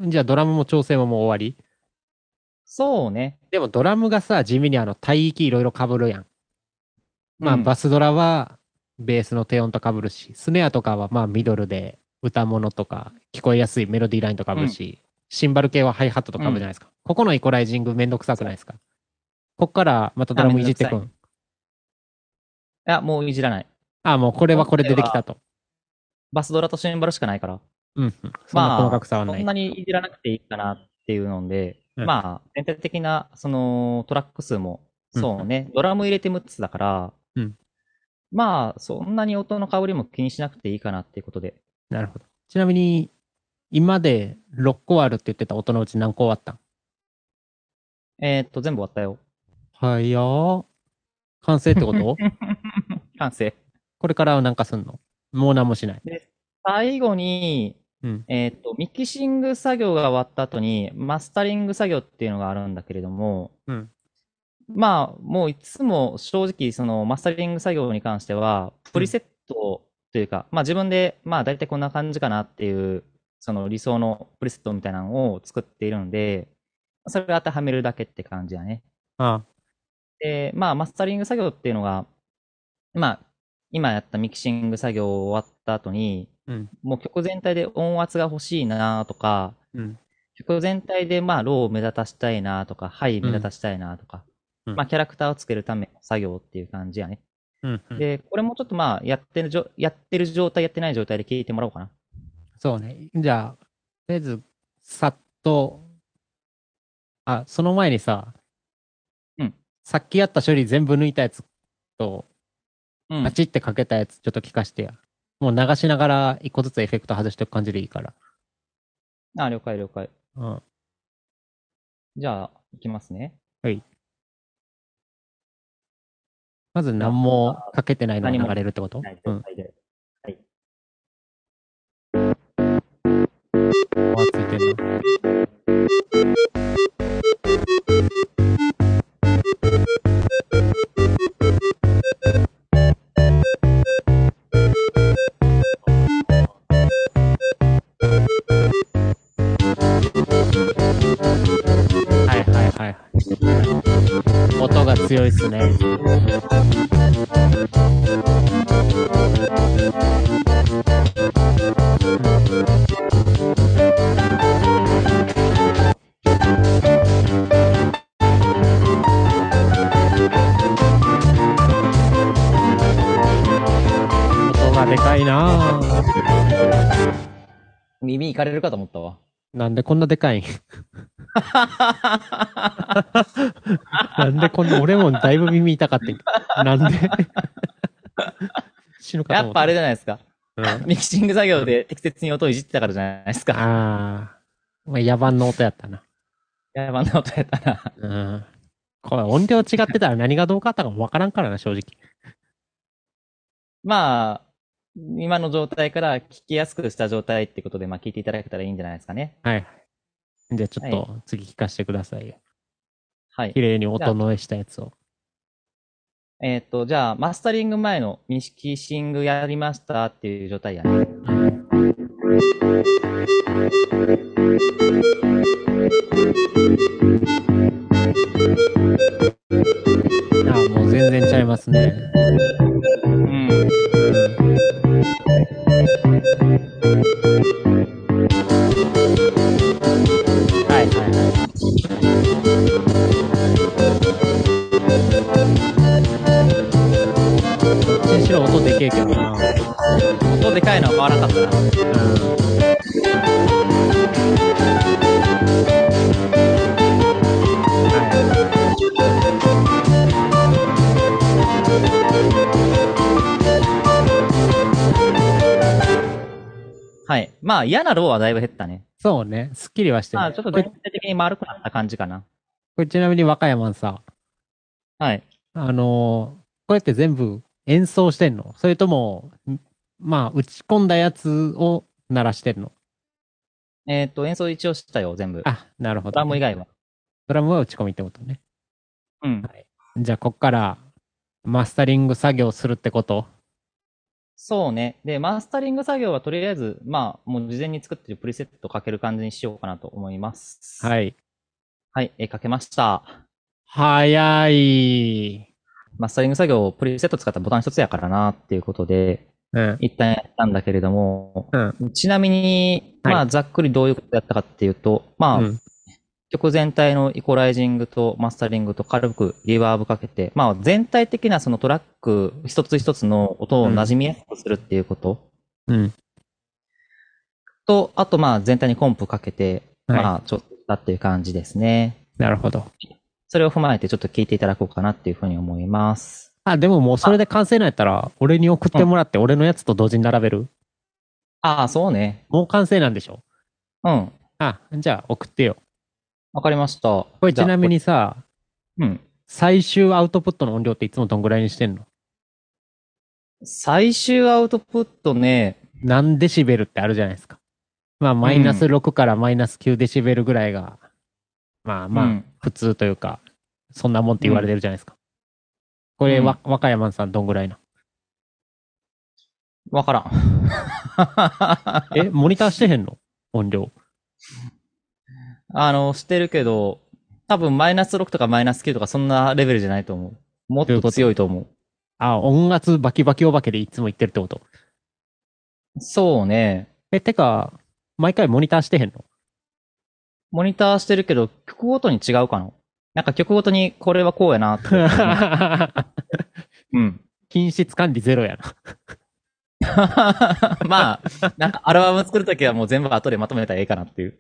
[SPEAKER 1] じゃあ、ドラムも調整ももう終わり
[SPEAKER 2] そうね。
[SPEAKER 1] でも、ドラムがさ、地味にあの、帯域いろいろ被るやん。まあ、
[SPEAKER 2] うん
[SPEAKER 1] バスドラは、ベースの低音と被るし、スネアとかは、まあ、ミドルで、歌物とか、聞こえやすいメロディーラインと被るし、シンバル系はハイハットと被るじゃないですか。ここのイコライジングめんどくさくないですかこっから、またドラムいじってく
[SPEAKER 2] あめん
[SPEAKER 1] ん。
[SPEAKER 2] いや、もういじらない。
[SPEAKER 1] あもうこれはこれでできたと。
[SPEAKER 2] バスドラとシンバルしかないから。
[SPEAKER 1] うんうん。そんな細かく差は
[SPEAKER 2] そ
[SPEAKER 1] ない。
[SPEAKER 2] んなにいじらなくていいかなっていうので、
[SPEAKER 1] うん
[SPEAKER 2] まあ、全体的な、その、トラック数も、そうね、ドラム入れて6つだから、
[SPEAKER 1] うん
[SPEAKER 2] まあ、そんなに音の香りも気にしなくていいかなっていうことで。
[SPEAKER 1] なるほど。ちなみに、今で6個あるって言ってた音のうち何個あったん
[SPEAKER 2] えーっと、全部終わったよ。
[SPEAKER 1] はやー。完成ってこと
[SPEAKER 2] 完成。
[SPEAKER 1] これからはなんかすんのもう何もしない。
[SPEAKER 2] 最後に、
[SPEAKER 1] うん
[SPEAKER 2] えーっと、ミキシング作業が終わった後に、マスタリング作業っていうのがあるんだけれども、
[SPEAKER 1] うん
[SPEAKER 2] まあ、もういつも正直、そのマスタリング作業に関しては、プリセットというか、まあ自分で、まあ大体こんな感じかなっていう、その理想のプリセットみたいなのを作っているので、それを当てはめるだけって感じだね。
[SPEAKER 1] あ
[SPEAKER 2] で、まあ、マスタリング作業っていうのが、まあ、今やったミキシング作業終わった後に、
[SPEAKER 1] うん
[SPEAKER 2] もう曲全体で音圧が欲しいなとか、
[SPEAKER 1] うん
[SPEAKER 2] 曲全体でまあ、ローを目立たしたいなとか、ハイ目立たしたいなとか、
[SPEAKER 1] うん
[SPEAKER 2] まあ、キャラクターをつけるための作業っていう感じやね。
[SPEAKER 1] うん、うん。
[SPEAKER 2] で、これもちょっとまあ、やってるじょ、やってる状態、やってない状態で聞いてもらおうかな。
[SPEAKER 1] そうね。じゃあ、とりあえず、さっと、あ、その前にさ、
[SPEAKER 2] うん
[SPEAKER 1] さっきやった処理全部抜いたやつと、
[SPEAKER 2] うん
[SPEAKER 1] パチってかけたやつちょっと聞かしてや。もう流しながら一個ずつエフェクト外していく感じでいいから。
[SPEAKER 2] あ、了解了解。
[SPEAKER 1] うん。
[SPEAKER 2] じゃあ、いきますね。
[SPEAKER 1] まず何もかけてないの
[SPEAKER 2] 何
[SPEAKER 1] が流
[SPEAKER 2] も
[SPEAKER 1] れるってことうん。
[SPEAKER 2] 態で。
[SPEAKER 1] あ、ついてるな。はいはいはいはい。音が強いっすね。音がでかいなぁ。
[SPEAKER 2] 耳いかれるかと思ったわ。
[SPEAKER 1] なんでこんなでかいんなんでこんな、俺もだいぶ耳痛かったけど なんで死ぬかと
[SPEAKER 2] や
[SPEAKER 1] 思
[SPEAKER 2] っ
[SPEAKER 1] った。
[SPEAKER 2] ぱあれじゃないですか。
[SPEAKER 1] うん
[SPEAKER 2] ミキシング作業で適切に音をいじってたからじゃないですか。
[SPEAKER 1] ああ。まあ、野蛮の音やったな。
[SPEAKER 2] やばな音やったな。
[SPEAKER 1] うん。これ音量違ってたら何がどうかあったかもわからんからな、正直。
[SPEAKER 2] まあ、今の状態から聞きやすくした状態ってことで、まあ聞いていただけたらいいんじゃないですかね。
[SPEAKER 1] はい。じゃあちょっと次聞かせてくださいよ。
[SPEAKER 2] はい
[SPEAKER 1] 綺。麗に音のえしたやつを。
[SPEAKER 2] えーっ、と、じゃあ、マスタリング前のミキシングやりましたっていう状態やね。
[SPEAKER 1] ああ、もう全然ちゃいますね。
[SPEAKER 2] うん。
[SPEAKER 1] はいはいはい。どっちにしろ音でけえけどな。
[SPEAKER 2] 音でかいのは変わらなかったな。
[SPEAKER 1] うん。
[SPEAKER 2] はい。まあ、嫌なローはだいぶ減ったね。
[SPEAKER 1] そうね。すっきりはしてる。
[SPEAKER 2] まあ、ちょっと全体的に丸くなった感じかな。
[SPEAKER 1] これちなみに若山さ、
[SPEAKER 2] はい。
[SPEAKER 1] あのーこれって全部演奏してんのそれとも、んまあ、打ち込んだやつを鳴らしてんの
[SPEAKER 2] えっ、と、演奏一応したよ、全部。
[SPEAKER 1] あ、なるほ
[SPEAKER 2] ド
[SPEAKER 1] ど、
[SPEAKER 2] ラム以外は。
[SPEAKER 1] ドラムは打ち込みってことね。
[SPEAKER 2] うん。
[SPEAKER 1] じゃあ、こっから、マスタリング作業するってこと
[SPEAKER 2] そうね。で、マスタリング作業はとりあえず、まあ、もう事前に作ってるプリセットかける感じにしようかなと思います。い。
[SPEAKER 1] はい。
[SPEAKER 2] はい、えーかけました。
[SPEAKER 1] 早い。
[SPEAKER 2] マスタリング作業をプリセット使ったボタン一つやからなっていうことで、
[SPEAKER 1] うん。
[SPEAKER 2] 一旦やったんだけれども、
[SPEAKER 1] うん。
[SPEAKER 2] ちなみに、
[SPEAKER 1] はい
[SPEAKER 2] まあ、ざっくりどういうことやったかっていうと、まあ、
[SPEAKER 1] うん
[SPEAKER 2] 曲全体のイコライジングとマスタリングと軽くリバーブかけて、まあ、全体的なそのトラック一つ一つの音を馴染みやすくするっていうこと、
[SPEAKER 1] うん。
[SPEAKER 2] と、あとまあ、全体にコンプかけて、
[SPEAKER 1] はい
[SPEAKER 2] まあ、ちょっとだっていう感じですね。
[SPEAKER 1] なるほど。
[SPEAKER 2] それを踏まえてちょっと聞いていただこうかなっていうふうに思います。
[SPEAKER 1] あ、でももうそれで完成なんやったら、俺に送ってもらって、俺のやつと同時に並べる
[SPEAKER 2] ああ、そうね。
[SPEAKER 1] もう完成なんでしょ
[SPEAKER 2] うん。
[SPEAKER 1] あ、じゃあ送ってよ。
[SPEAKER 2] わかりました。
[SPEAKER 1] これちなみにさ、
[SPEAKER 2] じゃあ。これ
[SPEAKER 1] 最終アウトプットの音量っていつもどんぐらいにしてんの
[SPEAKER 2] うん。最終アウトプットね、
[SPEAKER 1] 何デシベルってあるじゃないですか。まあ、マイナス6からマイナス9デシベルぐらいが、まあまあ、
[SPEAKER 2] うん
[SPEAKER 1] 普通というか、そんなもんって言われてるじゃないですか。これ、わ、若山さんどんぐらいな
[SPEAKER 2] わからん。
[SPEAKER 1] え、モニターしてへんの音量。
[SPEAKER 2] あの、してるけど、多分マイナス6とかマイナス9とかそんなレベルじゃないと思う。もっ
[SPEAKER 1] どういうことと
[SPEAKER 2] 強いと思う。
[SPEAKER 1] あ、音圧バキバキお化けでいつも言ってるってこと。
[SPEAKER 2] そうね。
[SPEAKER 1] え、てか、毎回モニターしてへん の
[SPEAKER 2] モニターしてるけど、曲ごとに違うかな。なんか曲ごとにこれはこうやなって。うん。
[SPEAKER 1] 品質管理ゼロやな。
[SPEAKER 2] まあ、なんかアルバム作るときはもう全部後でまとめたらええかなっていう。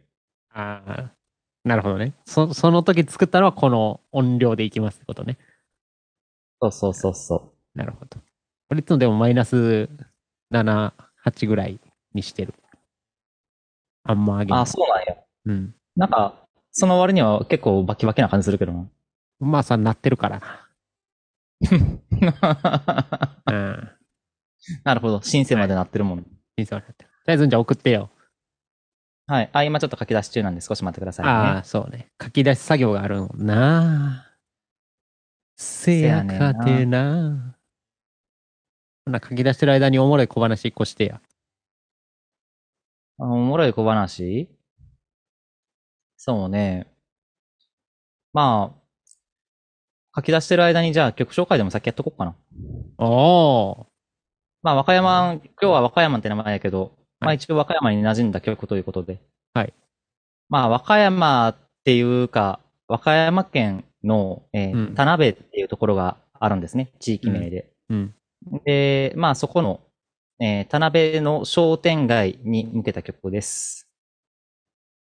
[SPEAKER 1] ああ、なるほどね。そ、その時作ったのはこの音量でいきますってことね。
[SPEAKER 2] そうそうそうそ
[SPEAKER 1] なるほど。これいつもでもマイナス7、8ぐらいにしてる。あんま上げ
[SPEAKER 2] う。
[SPEAKER 1] な
[SPEAKER 2] あ、
[SPEAKER 1] い。
[SPEAKER 2] そうなんや。
[SPEAKER 1] うん。
[SPEAKER 2] なんか、その割には結構バキバキな感じするけどな。
[SPEAKER 1] まあさ、なってるからな。うん。
[SPEAKER 2] なるほど。シンセまで鳴ってるもん。
[SPEAKER 1] いいそうになってる。とりあえずじゃあ送ってよ。
[SPEAKER 2] はい。あ、今ちょっと書き出し中なんで少し待ってくださいね。
[SPEAKER 1] ああ、そうね。書き出し作業があるもんな。せやかてな。ほな、書き出してる間におもろい小話一個してや。
[SPEAKER 2] あおもろい小話そうね。まあ、書き出してる間にじゃあ曲紹介でも先やっとこうかな。
[SPEAKER 1] おー。
[SPEAKER 2] まあ、和歌山、今日は和歌山って名前やけど、ま
[SPEAKER 1] は
[SPEAKER 2] あ
[SPEAKER 1] い
[SPEAKER 2] 一応和歌山に馴染んだ曲ということで。
[SPEAKER 1] はい。
[SPEAKER 2] まあ、和歌山っていうか、和歌山県の、えー
[SPEAKER 1] うん
[SPEAKER 2] 田辺っていうところがあるんですね。地域名で。
[SPEAKER 1] うん
[SPEAKER 2] で、まあそこの、えー田辺の商店街に向けた曲です。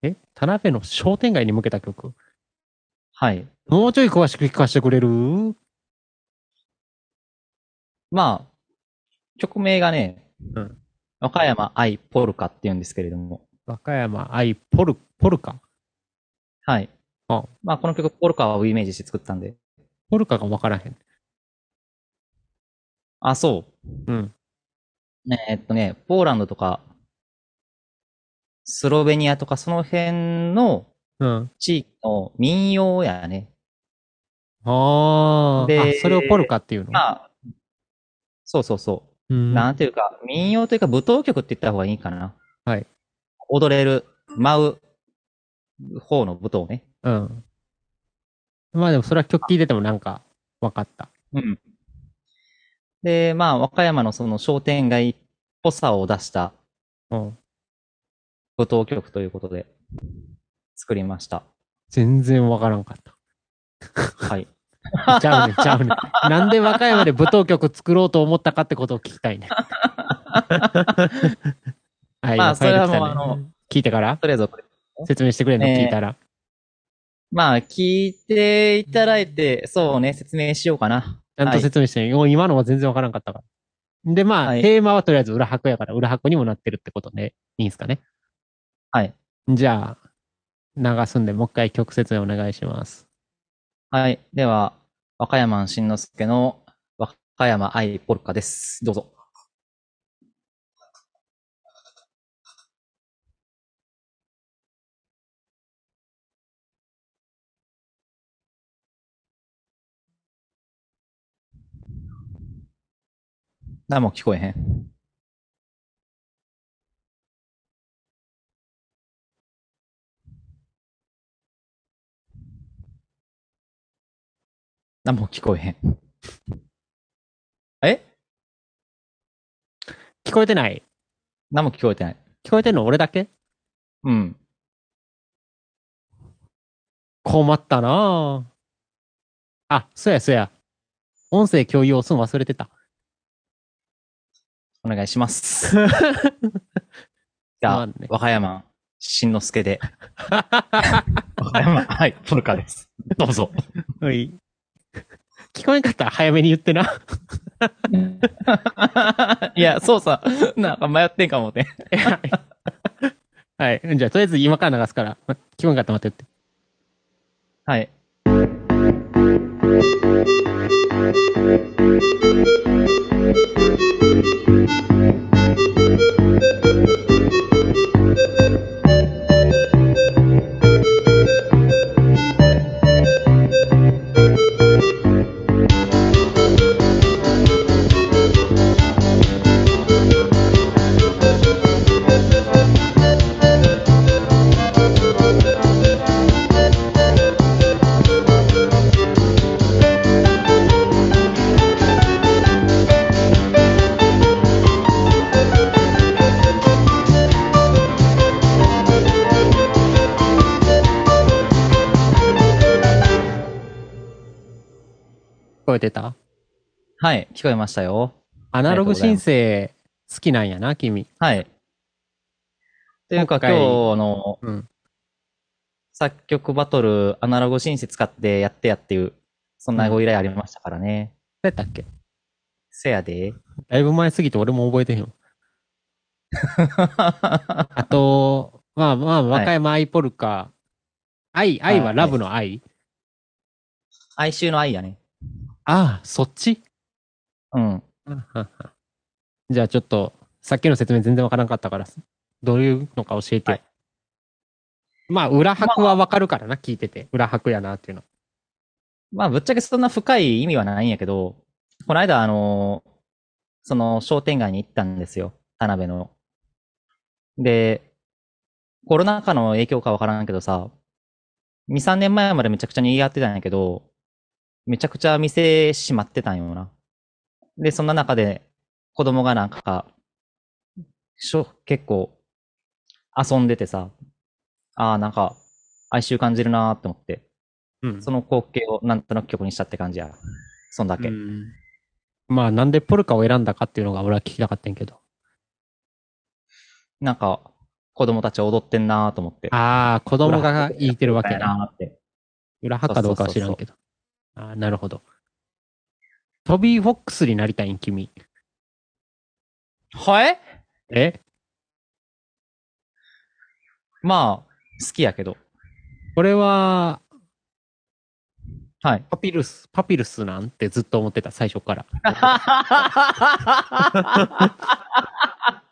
[SPEAKER 1] え田辺の商店街に向けた曲
[SPEAKER 2] はい。
[SPEAKER 1] もうちょい詳しく聞かせてくれるうん。
[SPEAKER 2] まあ、曲名がね、
[SPEAKER 1] うん
[SPEAKER 2] 和歌山愛ポルカって言うんですけれども、
[SPEAKER 1] 和歌山愛ポル、ポルカ
[SPEAKER 2] はい。
[SPEAKER 1] あ
[SPEAKER 2] まあ、この曲、ポルカをイメージして作ったんで。
[SPEAKER 1] ポルカがわからへん。
[SPEAKER 2] あ、そう。
[SPEAKER 1] うん。
[SPEAKER 2] ねえっとね、ポーランドとか、スロベニアとか、その辺の
[SPEAKER 1] うん。
[SPEAKER 2] 地域の民謡やね。
[SPEAKER 1] あーあ。
[SPEAKER 2] で
[SPEAKER 1] それをポルカっていうの、
[SPEAKER 2] まあ、そうそうそう。
[SPEAKER 1] うん、
[SPEAKER 2] なんていうか、民謡というか舞踏曲って言った方がいいかな。
[SPEAKER 1] はい。
[SPEAKER 2] 踊れる、舞う方の舞踏ね。
[SPEAKER 1] うん。まあでもそれは曲聴いててもなんかわかった。
[SPEAKER 2] うん。で、まあ、和歌山のその商店街っぽさを出した
[SPEAKER 1] うん。
[SPEAKER 2] 舞踏曲ということで、作りました。
[SPEAKER 1] 全然わからんかった。
[SPEAKER 2] はい。
[SPEAKER 1] ちゃうね、ち ゃうね。なんで和歌山で舞踏曲作ろうと思ったかってことを聞きたい ね。はい、
[SPEAKER 2] まあ
[SPEAKER 1] 今ファイル来たね
[SPEAKER 2] それはもうあの、
[SPEAKER 1] 聞いてから
[SPEAKER 2] とりあえず送る、
[SPEAKER 1] 説明してくれんの、
[SPEAKER 2] ねえ
[SPEAKER 1] 聞いたら。
[SPEAKER 2] まあ、聞いていただいて、そうね、説明しようかな。
[SPEAKER 1] ちゃんと説明してね、もう今のは全然わからんかったから。で、まあ、
[SPEAKER 2] はい
[SPEAKER 1] テーマはとりあえず裏箱やから、裏箱にもなってるってことで、いいんすかね。
[SPEAKER 2] はい。
[SPEAKER 1] じゃあ、流すんで、もう一回曲説明お願いします。
[SPEAKER 2] はい。では、和歌山慎之介の和歌山愛ポルカです。どうぞ。何も聞こえへん。何も聞こえへん。え
[SPEAKER 1] 聞こえてない
[SPEAKER 2] 何も聞こえてない。
[SPEAKER 1] 聞こえてんの俺だけ
[SPEAKER 2] うん。
[SPEAKER 1] 困ったなああ、そうやそうや。音声共有をすん忘れてた。
[SPEAKER 2] お願いし ます。じゃ
[SPEAKER 1] まあ
[SPEAKER 2] あ、
[SPEAKER 1] ね、
[SPEAKER 2] 和歌山、しんのすけ で。和歌山、はい、ポルカです。どうぞ。
[SPEAKER 1] はい。 聞こえんかったら早めに言ってな。
[SPEAKER 2] いや、そうさ、なんか迷ってんかもね。
[SPEAKER 1] はい。じゃあ、とりあえず今から流すから。ま聞こえんかったら待ってって。
[SPEAKER 2] はい。
[SPEAKER 1] 聞こえてた
[SPEAKER 2] はい、聞こえましたよ。
[SPEAKER 1] アナログ申請好きなんやな、君。
[SPEAKER 2] はい。というか、
[SPEAKER 1] 今
[SPEAKER 2] 今
[SPEAKER 1] 回
[SPEAKER 2] 日の
[SPEAKER 1] うん。
[SPEAKER 2] 作曲バトル、アナログシンセ使ってやってやっていう、そんなご依頼ありましたからね。
[SPEAKER 1] 何やったっけ
[SPEAKER 2] せや で。
[SPEAKER 1] だいぶ前すぎて俺も覚えてへんわ。あと、まあまあ、和歌山アイポルカ。愛、愛はラブの愛、
[SPEAKER 2] 哀愁の愛やね。
[SPEAKER 1] ああ、そっち
[SPEAKER 2] うん。
[SPEAKER 1] じゃあちょっと、さっきの説明全然わからんかったから、どういうのか教えて。
[SPEAKER 2] はい
[SPEAKER 1] まあ、裏拍はわかるからな、聞いてて。裏拍やなっていうの。
[SPEAKER 2] まあ、ぶっちゃけそんな深い意味はないんやけど、この間、あのーその商店街に行ったんですよ。田辺の。で、コロナ禍の影響かわからんけどさ、2、3年前までめちゃくちゃ賑わってたんやけど、めちゃくちゃ店閉まってたんよな。で、そんな中で、子供がなんか、しょ結構、遊んでてさ、ああ、なんか、哀愁感じるなーって思って。
[SPEAKER 1] うん。
[SPEAKER 2] その光景をなんとなく曲にしたって感じや。そんだけ。
[SPEAKER 1] うんまあ、なんでポルカを選んだかっていうのが俺は聞きたかったんやけど。
[SPEAKER 2] なんか、子供たち踊ってんなーと思って。
[SPEAKER 1] ああ、子供が言いてるわけだ。
[SPEAKER 2] なーって。
[SPEAKER 1] 裏拍かどうかは知らんけど。ああ、なるほど。トビー・フォックスになりたいん、君。
[SPEAKER 2] はい
[SPEAKER 1] え
[SPEAKER 2] まあ、好きやけど。
[SPEAKER 1] これは、
[SPEAKER 2] はい。
[SPEAKER 1] パピルス、パピルスなんてずっと思ってた、最初から。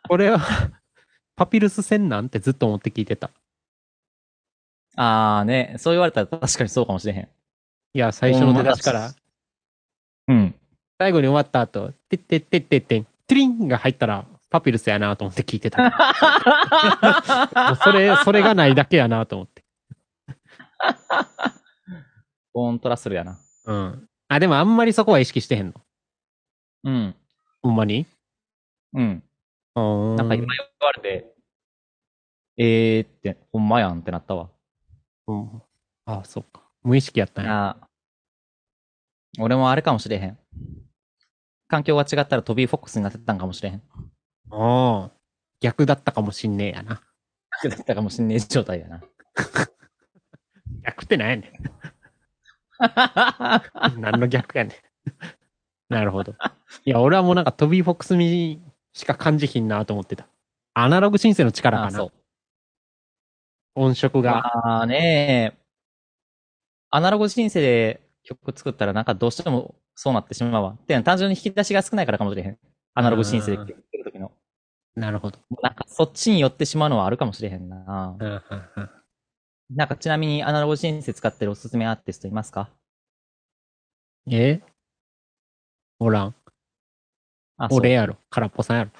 [SPEAKER 1] これは、 パピルス戦なんてずっと思って聞いてた。
[SPEAKER 2] あーね、そう言われたら確かにそうかもしれへん。
[SPEAKER 1] いや、最初の出だしから、
[SPEAKER 2] うん。
[SPEAKER 1] 最後に終わった後、てってってってってん、ティリンが入ったら、パピルスやなと思って聞い てた。もうそれ、それがないだけやなと思って。
[SPEAKER 2] コントラスルやな。
[SPEAKER 1] うん。あ、でもあんまりそこは意識してへんの。
[SPEAKER 2] うん。
[SPEAKER 1] ほんまに
[SPEAKER 2] うん。
[SPEAKER 1] うん
[SPEAKER 2] なんか今言われて、えーって、ほんまやんってなったわ。
[SPEAKER 1] うんあそうか。無意識やったんや。
[SPEAKER 2] あー俺もあれかもしれへん。環境が違ったらトビー・フォックスになってたんかもしれへん。
[SPEAKER 1] ああ。逆だったかもしんねえやな。
[SPEAKER 2] だったかもしんねえ状態やな。
[SPEAKER 1] 逆ってなんやねん。 何の逆やねん。なるほど。いや、俺はもうなんかトビー・フォックスにしか感じひんなと思ってた。アナログシンセの力
[SPEAKER 2] あ
[SPEAKER 1] か
[SPEAKER 2] あそ
[SPEAKER 1] な
[SPEAKER 2] う。。
[SPEAKER 1] 音色が。
[SPEAKER 2] まあねえアナログシンセで曲作ったらなんかどうしてもそうなってしまうわ。っていうのは単純に引き出しが少ないからかもしれへん。アナログシンセで作る時の。
[SPEAKER 1] なるほど。
[SPEAKER 2] なんかそっちに寄ってしまうのはあるかもしれへんな。
[SPEAKER 1] うんうんうん
[SPEAKER 2] なんかちなみにアナログシンセ使ってるおすすめアーティストいますか
[SPEAKER 1] えおらん。
[SPEAKER 2] あ、そう
[SPEAKER 1] 俺。やろ。空っぽさんやろ。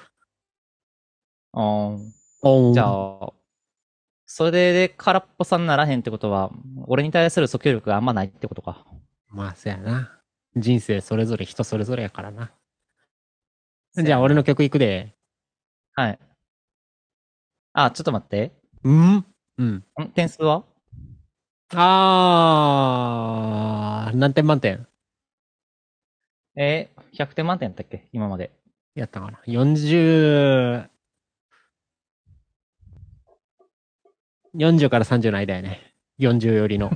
[SPEAKER 2] うん
[SPEAKER 1] おう
[SPEAKER 2] じゃあ、それで空っぽさんならへんってことは、俺に対する訴求力があんまないってことか。
[SPEAKER 1] まあ、そやな。人生それぞれ人それぞれやからな。じゃあ、俺の曲いくで。
[SPEAKER 2] はい。あ、ちょっと待って。
[SPEAKER 1] うんうん。
[SPEAKER 2] ん点数は
[SPEAKER 1] あー、何点満点
[SPEAKER 2] えー、100点満点やったっけ今まで。
[SPEAKER 1] やったかな ?40、40から30の間やね。40よりの。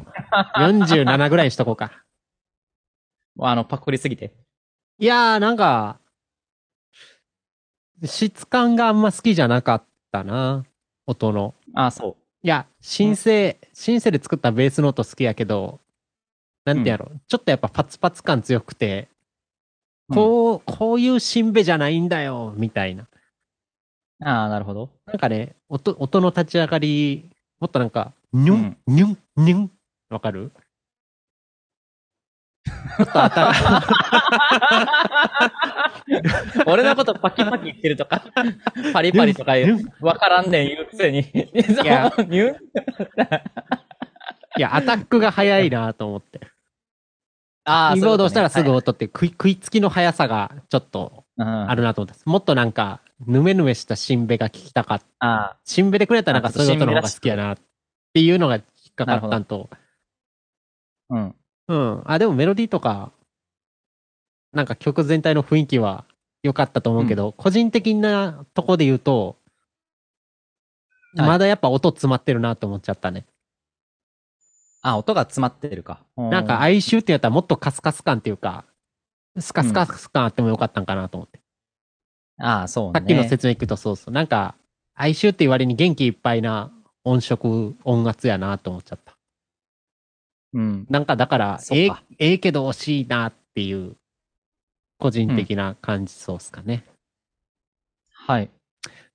[SPEAKER 1] 47ぐらいにしとこうか。
[SPEAKER 2] あの、パクリすぎて。
[SPEAKER 1] いやー、なんか、質感があんま好きじゃなかったな。音の。
[SPEAKER 2] あ、そ
[SPEAKER 1] いや、シンセ、シンセで作ったベースの音好きやけど、なんてやろ、ちょっとやっぱパツパツ感強くて、
[SPEAKER 2] うん
[SPEAKER 1] こう、こういうしんべじゃないんだよ、みたいな。
[SPEAKER 2] う。ああ、な るほど。
[SPEAKER 1] なんかね、音、音の立ち上がり、もっとなんか、ニュン、ニュン、ニュン、わかるちょっと当たら
[SPEAKER 2] 俺のことパキパキ言ってると か、パリパリとか
[SPEAKER 1] ニ
[SPEAKER 2] 言
[SPEAKER 1] ュ
[SPEAKER 2] う、
[SPEAKER 1] ン
[SPEAKER 2] わからんねん言うくせに。い
[SPEAKER 1] や
[SPEAKER 2] 言う
[SPEAKER 1] いや、アタックが早いなと思って。
[SPEAKER 2] あ
[SPEAKER 1] キーボード押したらすぐ
[SPEAKER 2] はい
[SPEAKER 1] 音って食い、食いつきの速さがちょっと
[SPEAKER 2] うん、
[SPEAKER 1] あ
[SPEAKER 2] あ
[SPEAKER 1] るなと思ったんですもっとなんか、ぬめぬめしたしんべが聞きたかった。
[SPEAKER 2] あ
[SPEAKER 1] しんべでくれたらなんかそういうことの方が好きやなっていうのが引っかかったんと。
[SPEAKER 2] ー、うん。
[SPEAKER 1] うん。あ、でもメロディーとか、なんか曲全体の雰囲気は良かったと思うけど、個人的なとこで言うと、
[SPEAKER 2] はい
[SPEAKER 1] まだやっぱ音詰まってるなと思っちゃったね。
[SPEAKER 2] あ、音が詰まってるか。
[SPEAKER 1] なんか
[SPEAKER 2] あ
[SPEAKER 1] 哀愁ってやったらもっとカスカス感っていうか、スカスカス感あってもよかったんかなと思って。
[SPEAKER 2] あー、そうね。
[SPEAKER 1] さっきの説明聞くとそうそう。なんか哀愁って言われに元気いっぱいな音色、音圧やなと思っちゃった。
[SPEAKER 2] うん。
[SPEAKER 1] なんかだから、
[SPEAKER 2] そ
[SPEAKER 1] え
[SPEAKER 2] っ
[SPEAKER 1] え
[SPEAKER 2] か
[SPEAKER 1] ええけど惜しいなっていう、個人的な感じそうっすかね。
[SPEAKER 2] はい。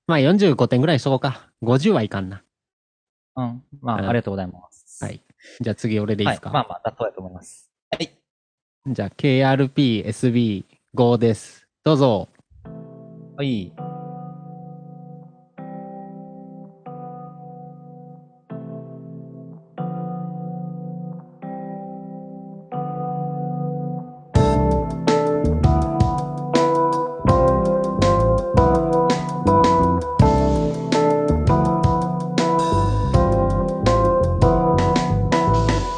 [SPEAKER 1] まあ45点ぐらいにしとこうか。50はいかんな。
[SPEAKER 2] うん。まあ、
[SPEAKER 1] うん
[SPEAKER 2] ありがとうございます。
[SPEAKER 1] はいじゃあ次俺でいいっすか。
[SPEAKER 2] はいまあまあ、妥当やと思います。はい。
[SPEAKER 1] じゃあ KRPSB5 です。どうぞ。
[SPEAKER 2] はい。
[SPEAKER 3] 「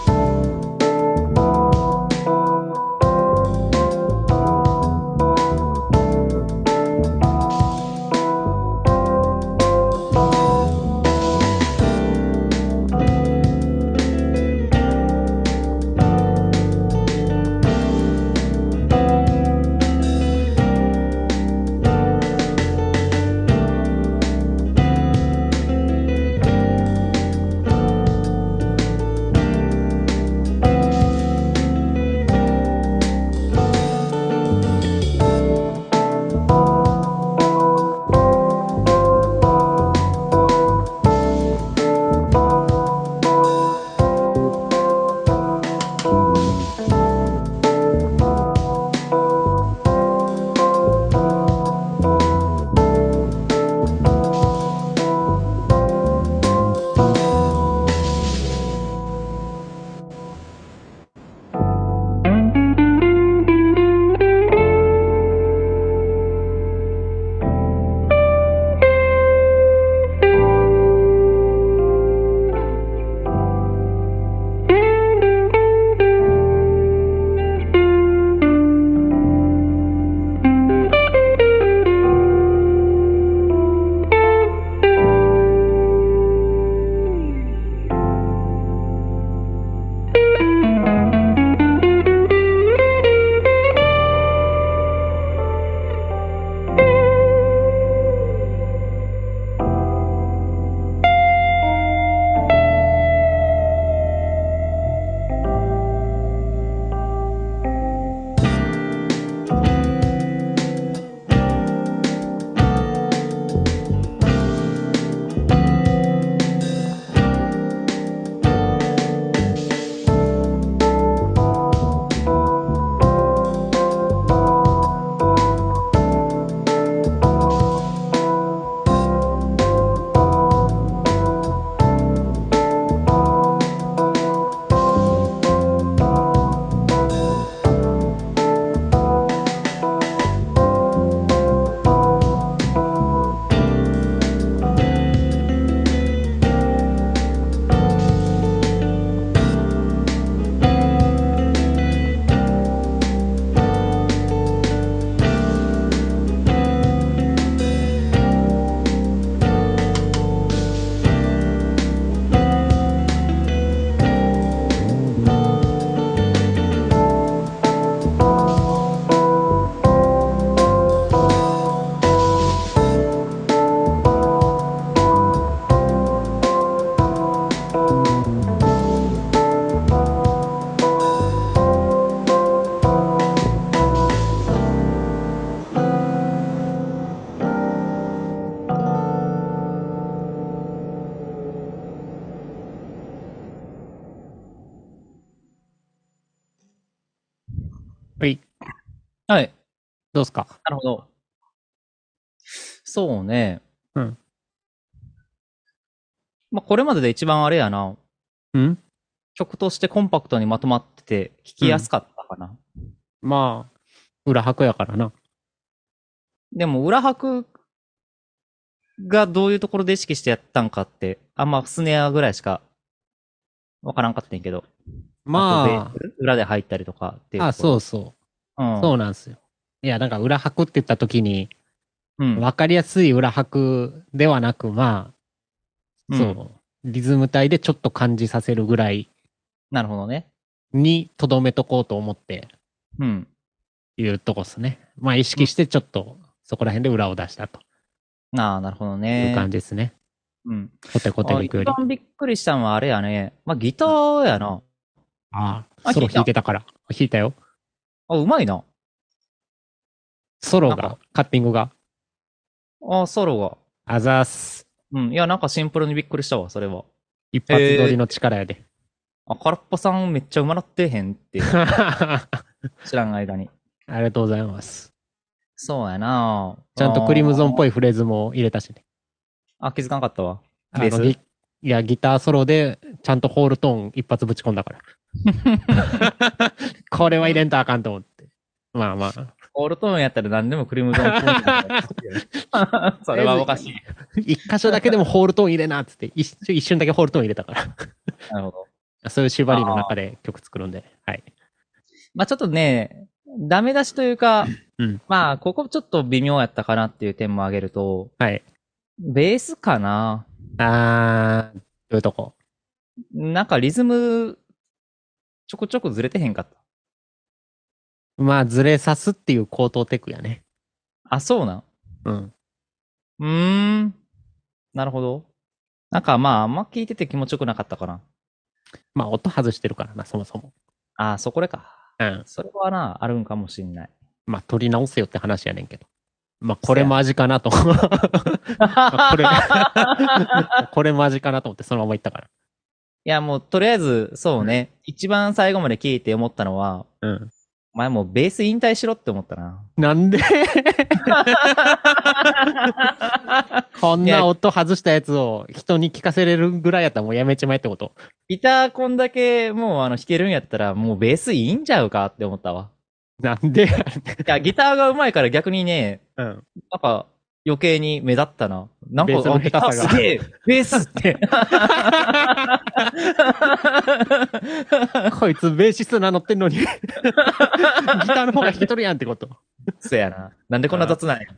[SPEAKER 2] はい。
[SPEAKER 1] どうすか
[SPEAKER 2] なるほど。そうね。
[SPEAKER 1] うん。
[SPEAKER 2] まあ、これまでで一番あれやな。
[SPEAKER 1] うん
[SPEAKER 2] 曲としてコンパクトにまとまってて、聴きやすかったかな。
[SPEAKER 1] まあ、裏拍やからな。
[SPEAKER 2] でも、裏拍がどういうところで意識してやったんかって、あんまスネアぐらいしかわからんかったんやけど。
[SPEAKER 1] ま
[SPEAKER 2] とベース裏で入ったりとかっていう。
[SPEAKER 1] あ、あ、そううそうう。
[SPEAKER 2] ん。
[SPEAKER 1] そうなんですよ。いや、なんか裏拍って言った時に、
[SPEAKER 2] うん。
[SPEAKER 1] わかりやすい裏拍ではなく、まあ、そう、リズム体でちょっと感じさせるぐらい
[SPEAKER 2] なるほどね。
[SPEAKER 1] にとどめとこうと思って
[SPEAKER 2] うん。
[SPEAKER 1] いうとこっすね。まあ、意識してちょっと、そこら辺で裏を出したと
[SPEAKER 2] なあ、なるほど
[SPEAKER 1] い
[SPEAKER 2] ね。
[SPEAKER 1] う感じですね。
[SPEAKER 2] うん。
[SPEAKER 1] コテコテに行くより
[SPEAKER 2] あ。一番びっくりしたのはあれやね。まあ、ギターやな。
[SPEAKER 1] ああ、
[SPEAKER 2] あ
[SPEAKER 1] ソロ
[SPEAKER 2] 弾いた
[SPEAKER 1] 弾いてたから。弾いたよ。
[SPEAKER 2] あ、うまいな。
[SPEAKER 1] ソロ
[SPEAKER 2] なん
[SPEAKER 1] が、カッティングが。
[SPEAKER 2] あ、ソロが。
[SPEAKER 1] あざーす。
[SPEAKER 2] うん。いや、なんかシンプルにびっくりしたわ、それは。
[SPEAKER 1] 一発撮りの力やで。
[SPEAKER 2] あ、空っぽさんめっちゃうま なってへんって、知らん間に。
[SPEAKER 1] ありがとうございます。
[SPEAKER 2] そうやな
[SPEAKER 1] ちゃんとクリムゾンっ
[SPEAKER 2] い。
[SPEAKER 1] ぽいフレーズも入れたしね。
[SPEAKER 2] あ、気づかなかったわ。
[SPEAKER 1] あ
[SPEAKER 2] ベー
[SPEAKER 1] の
[SPEAKER 2] ス
[SPEAKER 1] ギいや、ギターソロで、ちゃんとホールトーン一発ぶち込んだ から。これは入れんとあかんと思って。まあまあ。
[SPEAKER 2] オールトーンやったら何でもクリムゾンっぽいんだよ それはおかしい。
[SPEAKER 1] 一箇所だけでもホールトーン入れなっつって、一瞬一瞬だけホールトーン入れたか
[SPEAKER 2] なるほど。
[SPEAKER 1] ら。そういう縛りの中で曲作るんで。はい。
[SPEAKER 2] まあちょっとね、ダメ出しというか、
[SPEAKER 1] うん
[SPEAKER 2] まあここちょっと微妙やったかなっていう点も挙げると、
[SPEAKER 1] はい。
[SPEAKER 2] ベースかな
[SPEAKER 1] あー、どういうとこ
[SPEAKER 2] なんかリズム、ちょこちょこずれてへんかった。
[SPEAKER 1] まあ、ずれさすっていう高等テクやね。
[SPEAKER 2] あ、そうなん
[SPEAKER 1] うん。
[SPEAKER 2] うーん。なるほど。なんかまあ、あんま聞いてて気持ちよくなかったかな。
[SPEAKER 1] まあ、音外してるからな、そもそも。
[SPEAKER 2] あ、そこれか。
[SPEAKER 1] うん。
[SPEAKER 2] それはな、あるんかもしんない。
[SPEAKER 1] まあ、取り直せよって話やねんけど。まあ、これも味かな と。これこれも味かなと思って、そのまま行ったか
[SPEAKER 2] いや、もう、とりあえず、そうね。一番最後まで聞いて思ったのは、
[SPEAKER 1] ら。うん。
[SPEAKER 2] お前もうベース引退しろって思ったな。
[SPEAKER 1] なんでこんな音外したやつを人に聞かせれるぐらいやったらもうやめちまえってこと
[SPEAKER 2] ギターこんだけ、もう、あの、弾けるんやったら、もうベースいいんちゃうかって思っ たわ。
[SPEAKER 1] なんで
[SPEAKER 2] いや、ギターが上手いから逆にね、
[SPEAKER 1] うん。
[SPEAKER 2] なんか、余計に目立ったな。なんか、
[SPEAKER 1] ベースの下手さが
[SPEAKER 2] あすげえベースって。
[SPEAKER 1] こいつベーシスト名乗ってん のにギターの方が弾けとるやんってこと
[SPEAKER 2] そうやな。なんでこんな雑なんやっ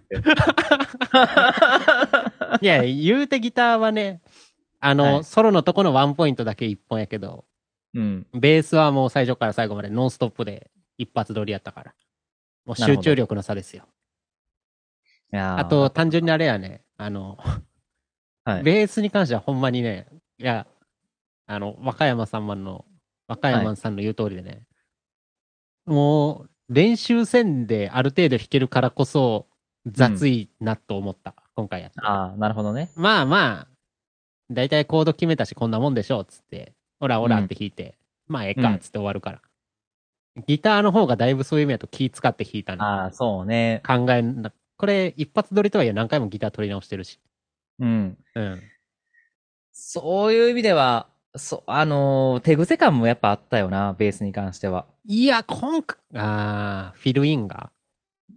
[SPEAKER 1] い
[SPEAKER 2] て。
[SPEAKER 1] や、言うてギターはね、あの、
[SPEAKER 2] はい
[SPEAKER 1] ソロのとこのワンポイントだけ一本やけど、
[SPEAKER 2] うん。
[SPEAKER 1] ベースはもう最初から最後までノンストップで一発撮りやったから。もう
[SPEAKER 2] なる
[SPEAKER 1] 集
[SPEAKER 2] ほど
[SPEAKER 1] 中力の差ですよ。
[SPEAKER 2] いやー
[SPEAKER 1] あと、、単純にあれやね、あの、
[SPEAKER 2] はい。
[SPEAKER 1] ベースに関してはほんまにね、いや、あの、若山さんまの、若山さんの言う通りでね、もう、練習戦である程度弾けるからこそ、雑いなと思った、今回やって。
[SPEAKER 2] ああ、なるほどね。
[SPEAKER 1] まあまあ、だいたいコード決めたしこんなもんでしょう、つって、オラオラって弾いて、まあええか、つって終わるから。ギターの方がだいぶそういう意味だと気使って弾いたの。
[SPEAKER 2] ああ、そうね。
[SPEAKER 1] 考えな、これ一発撮りとはいえ何回もギター取り直してるし。
[SPEAKER 2] うん。
[SPEAKER 1] うん。
[SPEAKER 2] そういう意味では、そ、あのー手癖感もやっぱあったよな、ベースに関しては。
[SPEAKER 1] いや、今回、あー、フィルインが。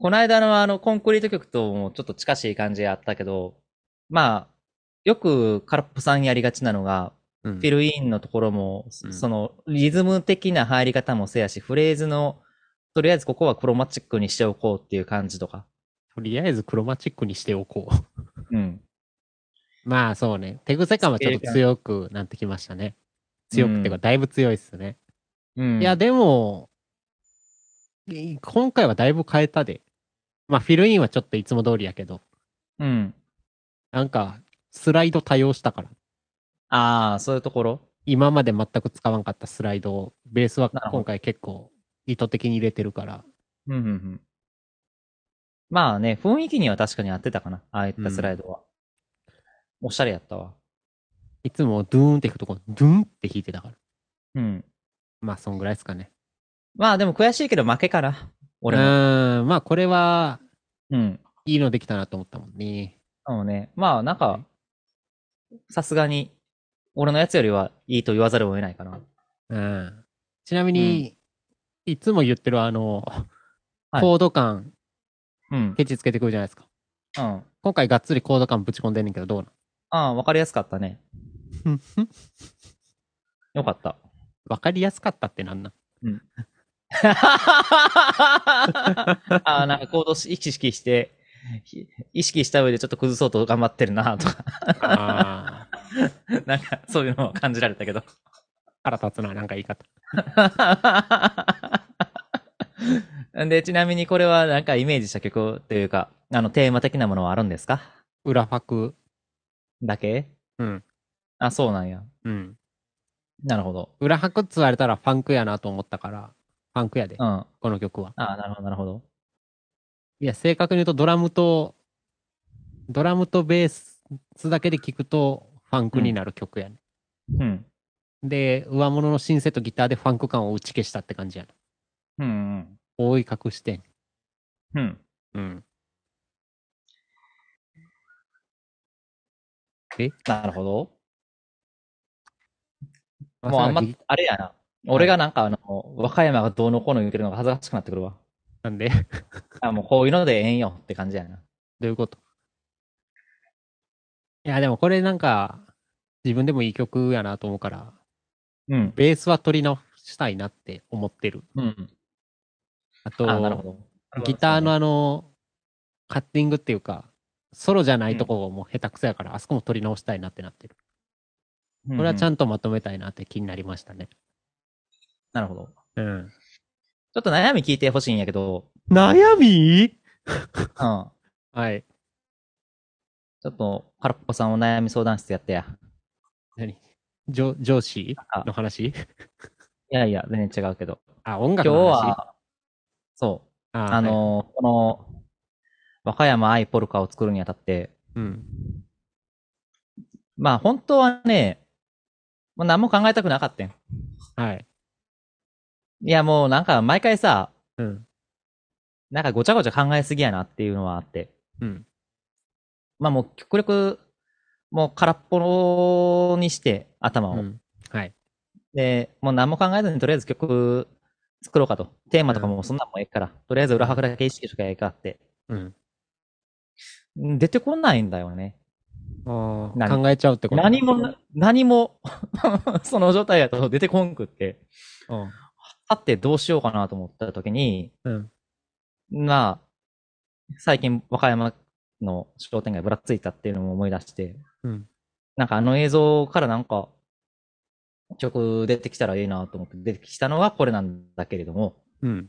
[SPEAKER 2] この間のあの、コンクリート曲ともちょっと近しい感じがあったけど、まあ、よく空っぽさんやりがちなのが、
[SPEAKER 1] うん
[SPEAKER 2] フィルインのところも、
[SPEAKER 1] うん
[SPEAKER 2] その、リズム的な入り方もせやし、フレーズの、とりあえずここはクロマチックにしておこうっていう感じとか。
[SPEAKER 1] とりあえずクロマチックにしておこう。
[SPEAKER 2] うん。
[SPEAKER 1] まあそうね。手癖感はちょっと強くなってきましたね。強くっていうか、
[SPEAKER 2] うん
[SPEAKER 1] だいぶ強いっすね。
[SPEAKER 2] うん。
[SPEAKER 1] いや、でも、い今回はだいぶ変えたで。まあフィルインはちょっといつも通りやけど、
[SPEAKER 2] うん。
[SPEAKER 1] なんか、スライド多用したから。
[SPEAKER 2] ああ、そういうところ。
[SPEAKER 1] 今まで全く使わんかったスライドを、ベースは
[SPEAKER 2] なるほど
[SPEAKER 1] 今回結構意図的に入れてるから。
[SPEAKER 2] うん、うん、うん。まあね、雰囲気には確かに合ってたかな。ああいったスライドは。おしゃれやったわ。
[SPEAKER 1] いつもドゥーンって弾くとこ、ドゥーンって弾いてたから。
[SPEAKER 2] うん。
[SPEAKER 1] まあそんぐらいですかね。
[SPEAKER 2] まあでも悔しいけど負けかな。
[SPEAKER 1] う
[SPEAKER 2] 俺も。
[SPEAKER 1] ーん、まあこれは
[SPEAKER 2] うん。
[SPEAKER 1] いいのできたなと思ったもんね。
[SPEAKER 2] そうね。まあ、なんか、さすがに、俺のやつよりはいいと言わざるを得ないかな。
[SPEAKER 1] うん。ちなみに、いつも言ってるあの、
[SPEAKER 2] はい
[SPEAKER 1] コード感、
[SPEAKER 2] うん。
[SPEAKER 1] ケチつけてくるじゃないですか。
[SPEAKER 2] うん。あ
[SPEAKER 1] 今回がっつりコード感ぶち込んでんねんけどどう
[SPEAKER 2] あ、わかりやすかった ね。
[SPEAKER 1] なん
[SPEAKER 2] よか った。
[SPEAKER 1] わかりやすかったってなん なん
[SPEAKER 2] ああ、なんか行動し意識して、ひ意識した上でちょっと崩そうと頑張ってるなとか、
[SPEAKER 1] あー
[SPEAKER 2] なんかそういうのを感じられたけど。
[SPEAKER 1] 腹立つな、なんか言い方。
[SPEAKER 2] で、ちなみにこれはなんかイメージした曲というか、あの、テーマ的なものはあるんですか
[SPEAKER 1] 裏ファク。
[SPEAKER 2] だけ
[SPEAKER 1] うん。
[SPEAKER 2] あ、そうなんや。
[SPEAKER 1] うん。
[SPEAKER 2] なるほど。
[SPEAKER 1] 裏ファクって言われたらファンクやなと思ったから、ファンクやで、
[SPEAKER 2] うん。あ
[SPEAKER 1] この曲は。
[SPEAKER 2] あ、なるほど、なるほど。
[SPEAKER 1] いや、正確に言うとドラムと、ドラムとベースだけで聞くとファンクになる曲やね。
[SPEAKER 2] うん。
[SPEAKER 1] で、上物のシンセとギターでファンク感を打ち消したって感じやな。
[SPEAKER 2] うん、
[SPEAKER 1] 覆い隠してん。
[SPEAKER 2] うん。うん。
[SPEAKER 1] うん。
[SPEAKER 2] なるほど。
[SPEAKER 1] ま
[SPEAKER 2] もうあんま
[SPEAKER 1] さかぎ、
[SPEAKER 2] あれやな。俺がなんかあの、和歌山がどうのこうの言ってるのが恥ずかしくなってくるわ。
[SPEAKER 1] なんで
[SPEAKER 2] あ、もうこういうのでええんよって感じやな。
[SPEAKER 1] どういうこといや、でもこれなんか、自分でもいい曲やなと思うから、
[SPEAKER 2] うん。
[SPEAKER 1] ベースは取り直したいなって思ってる。
[SPEAKER 2] うん。
[SPEAKER 1] あと、
[SPEAKER 2] あ、なるほど。
[SPEAKER 1] ギターのあの、カッティングっていうか、ソロじゃないとこも下手くそやから、あそこも取り直したいなってなってる。
[SPEAKER 2] うん、
[SPEAKER 1] これはちゃ
[SPEAKER 2] んと。
[SPEAKER 1] んとまとめたいなって気になりましたね。
[SPEAKER 2] なるほど。
[SPEAKER 1] うん。
[SPEAKER 2] ちょっと悩み聞いてほしいんやけど、
[SPEAKER 1] 悩み
[SPEAKER 2] うん。ちょ
[SPEAKER 1] はい。
[SPEAKER 2] っと、ハラッポさんお悩み相談室やってや。
[SPEAKER 1] 何上上司
[SPEAKER 2] あ
[SPEAKER 1] の話
[SPEAKER 2] いやいや、全然違うけど。
[SPEAKER 1] あ、音
[SPEAKER 2] 今
[SPEAKER 1] 楽
[SPEAKER 2] 日
[SPEAKER 1] の話。
[SPEAKER 2] は、そう、
[SPEAKER 1] あ
[SPEAKER 2] あ、の、この、和歌山アイポルカを作るにあたって、
[SPEAKER 1] はいうん。
[SPEAKER 2] まあ本当はね、もう何も考えたくなかったん。
[SPEAKER 1] はい。
[SPEAKER 2] いやもうなんか毎回さ、
[SPEAKER 1] うん。
[SPEAKER 2] なんかごちゃごちゃ考えすぎやなっていうのはあって。
[SPEAKER 1] うん。
[SPEAKER 2] まあもう極力、もう空っぽにして、頭を。
[SPEAKER 1] うん。はい。
[SPEAKER 2] で、もう何も考えずにとりあえず曲作ろうかと。テーマとかもそんなんもええから、とりあえず裏拍だけ意識しときゃええかって。
[SPEAKER 1] うん。
[SPEAKER 2] うん出てこないんだよね。
[SPEAKER 1] ああ、
[SPEAKER 2] 何
[SPEAKER 1] 考えちゃうってこと
[SPEAKER 2] 何もな、何も、 その状態だと出てこんくって。
[SPEAKER 1] うん。
[SPEAKER 2] あってどうしようかなと思った時に、
[SPEAKER 1] うん。
[SPEAKER 2] まあ、最近和歌山の商店街ぶらついたっていうのも思い出して、
[SPEAKER 1] うん。
[SPEAKER 2] なんかあの映像からなんか、曲出てきたらいいなと思って出てきたのがこれなんだけれども、
[SPEAKER 1] うん。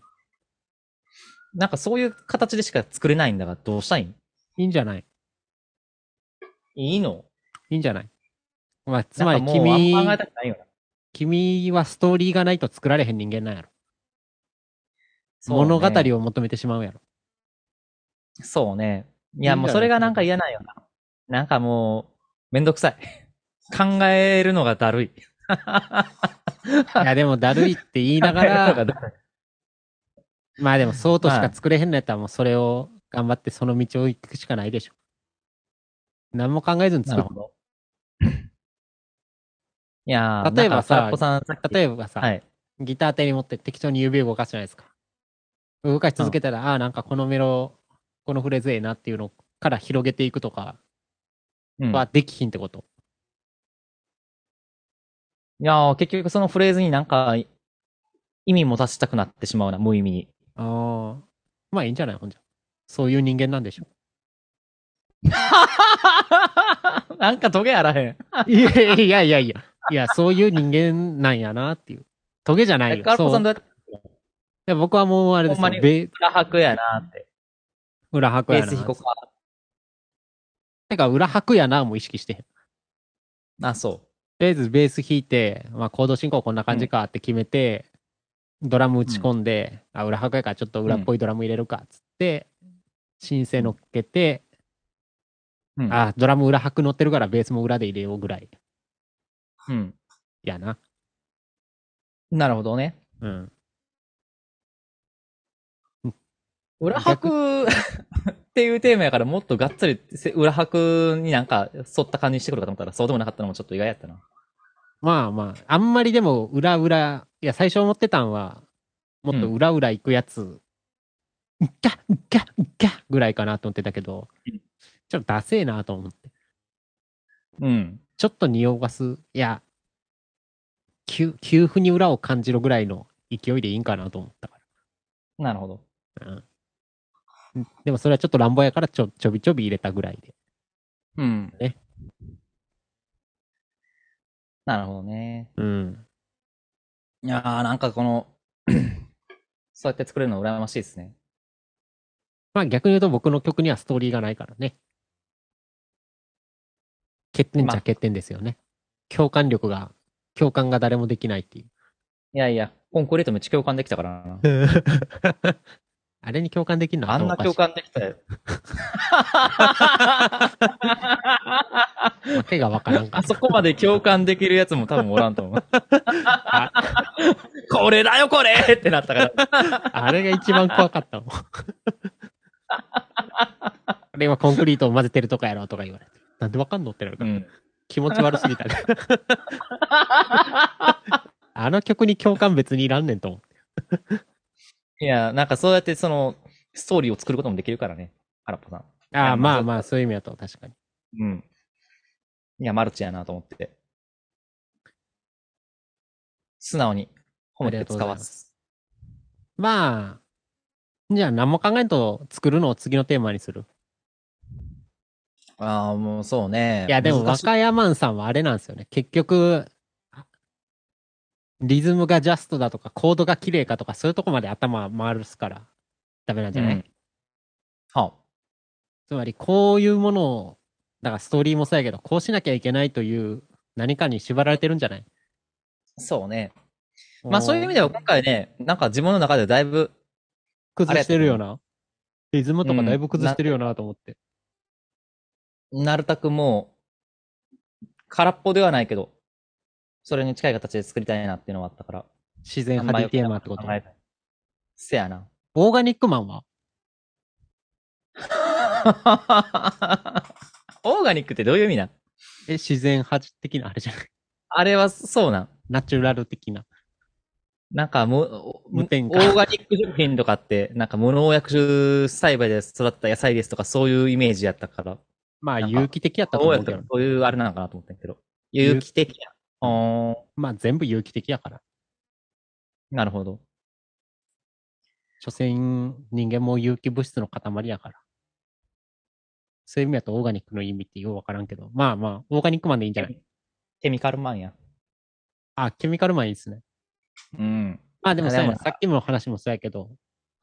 [SPEAKER 2] なんかそういう形でしか作れないんだがどうしたいん
[SPEAKER 1] いいんじゃない
[SPEAKER 2] いいの
[SPEAKER 1] いいんじゃないまあ、つまり
[SPEAKER 2] なんかもう
[SPEAKER 1] 君
[SPEAKER 2] あんま考えたくないよな。
[SPEAKER 1] 君はストーリーがないと作られへん人間なんやろ。
[SPEAKER 2] そうね
[SPEAKER 1] 物語を求めてしまう やろ。
[SPEAKER 2] そうね。い
[SPEAKER 1] いい
[SPEAKER 2] や
[SPEAKER 1] んじゃない
[SPEAKER 2] もうそれがなんか嫌なんよな。なんかもう、めんどくさい。 考えるのがだるい。
[SPEAKER 1] い や、でもだるいって言いなが
[SPEAKER 2] 考えるのが
[SPEAKER 1] ら、
[SPEAKER 2] だるい
[SPEAKER 1] まあでもそうとし
[SPEAKER 2] ま
[SPEAKER 1] か
[SPEAKER 2] あ
[SPEAKER 1] 作れへんのやったらもうそれを頑張ってその道を行くしかないでしょ。何も考えずに
[SPEAKER 2] な
[SPEAKER 1] 作
[SPEAKER 2] る
[SPEAKER 1] る
[SPEAKER 2] ほ。ど。いやー
[SPEAKER 1] 例えばさ
[SPEAKER 2] なんか空っぽさんさっき
[SPEAKER 1] 例えばさ、
[SPEAKER 2] はい。
[SPEAKER 1] ギター手に持って適当に指を動かすじゃないですか。動かし続けたら、ああ、なんかこのメロ、このフレーズええなっていうのから広げていくとか
[SPEAKER 2] うん、
[SPEAKER 1] はできひんってこと。
[SPEAKER 2] いやー結局そのフレーズになんか、意味持たせたくなってしまうな、無意味に。
[SPEAKER 1] ああ。まあいいんじゃないほんじゃ。そういう人間なんでしょ。
[SPEAKER 2] なんかトゲあらへん。
[SPEAKER 1] いやいやいやいや。いや、そういう人間なんやなっていう。トゲじゃない
[SPEAKER 2] え
[SPEAKER 1] よ。
[SPEAKER 2] カル
[SPEAKER 1] そ
[SPEAKER 2] ポさ
[SPEAKER 1] う
[SPEAKER 2] んどうやって
[SPEAKER 1] で僕はもうあれです
[SPEAKER 2] ほ
[SPEAKER 1] よ
[SPEAKER 2] んまに。
[SPEAKER 1] ベ
[SPEAKER 2] 裏拍やなって。
[SPEAKER 1] 裏拍
[SPEAKER 2] ベ
[SPEAKER 1] や
[SPEAKER 2] ース弾
[SPEAKER 1] な
[SPEAKER 2] こ。うか。
[SPEAKER 1] てか、裏拍やなも意識してへん。と
[SPEAKER 2] あ、そ
[SPEAKER 1] りあえずベース弾いて、まあ、コード進行こんな感じかって決めて、ドラム打ち込んで、あ、裏拍やからちょっと裏っぽいドラム入れるかっつって、シンセ乗っけて、
[SPEAKER 2] う。うん。
[SPEAKER 1] あ、ドラム裏拍乗ってるからベースも裏で入れようぐらい
[SPEAKER 2] うん。
[SPEAKER 1] やな。
[SPEAKER 2] なるほどね。
[SPEAKER 1] うん。
[SPEAKER 2] 裏拍っていうテーマやからもっとがっつりせ裏拍になんか沿った感じにしてくるかと思ったらそうでもなかったのもちょっと意外やったな。
[SPEAKER 1] まあまあ、あんまりでも裏裏、いや、最初思ってたんは、もっと裏裏行くやつ、うっかうっかうっかぐらいかなと思ってたけど、
[SPEAKER 2] うん
[SPEAKER 1] ちょっとダセえなと思って。
[SPEAKER 2] うん。
[SPEAKER 1] ちょっと匂がす、いや、急、急に裏を感じるぐらいの勢いでいいんかなと思ったか
[SPEAKER 2] なるほど。
[SPEAKER 1] ら。うん、でもそれはちょっと乱暴やからちょ、ちょびちょび入れたぐらいで。
[SPEAKER 2] うん。
[SPEAKER 1] ね
[SPEAKER 2] なるほどね。
[SPEAKER 1] うん。
[SPEAKER 2] いやー、なんかこの、 そうやって作れるの羨ましいですね。
[SPEAKER 1] まあ逆に言うと僕の曲にはストーリーがないからね。欠点っち
[SPEAKER 2] ま
[SPEAKER 1] ゃ
[SPEAKER 2] あ
[SPEAKER 1] 欠点ですよね。共感力が、共感が誰もできない っていう。
[SPEAKER 2] いやいや、コンクリートめっちゃ共感できたからな。
[SPEAKER 1] あれに共感できるのは
[SPEAKER 2] あんな
[SPEAKER 1] 頭お
[SPEAKER 2] 共
[SPEAKER 1] か
[SPEAKER 2] 感でき たよ。
[SPEAKER 1] しいわけがわからんか
[SPEAKER 2] あ
[SPEAKER 1] ら。
[SPEAKER 2] そこまで共感できるやつも多分おらんと 思う。これだよ、これってなった から。
[SPEAKER 1] あれが一番怖か ったもん。あれはコンクリートを混ぜてるとかやろとか言われて。なんでわかんのってなるか
[SPEAKER 2] う
[SPEAKER 1] ら。
[SPEAKER 2] ん。
[SPEAKER 1] 気持ち悪すぎた。 あの曲に共感別にいらんねんと思って。
[SPEAKER 2] いや、なんかそうやってその、ストーリーを作ることもできるからね。原っぽさん。
[SPEAKER 1] あ
[SPEAKER 2] や
[SPEAKER 1] あ、
[SPEAKER 2] ま
[SPEAKER 1] ま
[SPEAKER 2] あ
[SPEAKER 1] あまあ、そういう意味だと確かに。
[SPEAKER 2] うん。いや、マルチやなと思って。素直に褒めて使わす。
[SPEAKER 1] まあ、じゃあ何も考えんと作るのを次のテーマにする。
[SPEAKER 2] ああ、もうそうね。
[SPEAKER 1] いや、でも
[SPEAKER 2] 難しい
[SPEAKER 1] 若山さんはあれなんですよね。結局、リズムがジャストだとか、コードが綺麗かとか、そういうとこまで頭回るすから、ダメなんじゃない、
[SPEAKER 2] うんは
[SPEAKER 1] つまり、こういうものを、だからストーリーもそうやけど、こうしなきゃいけないという何かに縛られてるんじゃない
[SPEAKER 2] あ、そうね。まあ
[SPEAKER 1] おー
[SPEAKER 2] そういう意味では今回ね、なんか自分の中でだいぶ、
[SPEAKER 1] 崩してるよな。リズムとかだいぶ崩してるよなと思って。
[SPEAKER 2] なるたくもう、空っぽではないけど、それに近い形で作りたいなっていうのはあったから。
[SPEAKER 1] 自然派でテーマってこと。
[SPEAKER 2] 考えたいせやな。
[SPEAKER 1] オーガニックマンは
[SPEAKER 2] オーガニックってどういう意味なん
[SPEAKER 1] え、自然派的な、あれじゃない
[SPEAKER 2] あれはそうなん。
[SPEAKER 1] ナチュラル的な。
[SPEAKER 2] なんかむ、お
[SPEAKER 1] 無添加
[SPEAKER 2] オーガニック食品とかって、なんか無農薬栽培で育った野菜ですとかそういうイメージやったから、
[SPEAKER 1] まあ、
[SPEAKER 2] なんか
[SPEAKER 1] 有機的やったと
[SPEAKER 2] どうや
[SPEAKER 1] 思
[SPEAKER 2] っ
[SPEAKER 1] うけ
[SPEAKER 2] たら
[SPEAKER 1] ど。
[SPEAKER 2] そういうあれなのかなと思ったんやけど、
[SPEAKER 1] 有
[SPEAKER 2] 有機的や。おー
[SPEAKER 1] まあ、全部有機的やから。
[SPEAKER 2] なるほど。
[SPEAKER 1] 所詮、人間も有機物質の塊やから。そういう意味だとオーガニックの意味ってようわからんけど。まあまあ、オーガニックマンでいいんじゃない
[SPEAKER 2] ケミカルマンや。
[SPEAKER 1] あ、ケミカルマンいいですね。
[SPEAKER 2] うん。
[SPEAKER 1] まあでもそうや
[SPEAKER 2] あ
[SPEAKER 1] な
[SPEAKER 2] でも
[SPEAKER 1] さっきの話もそうやけど、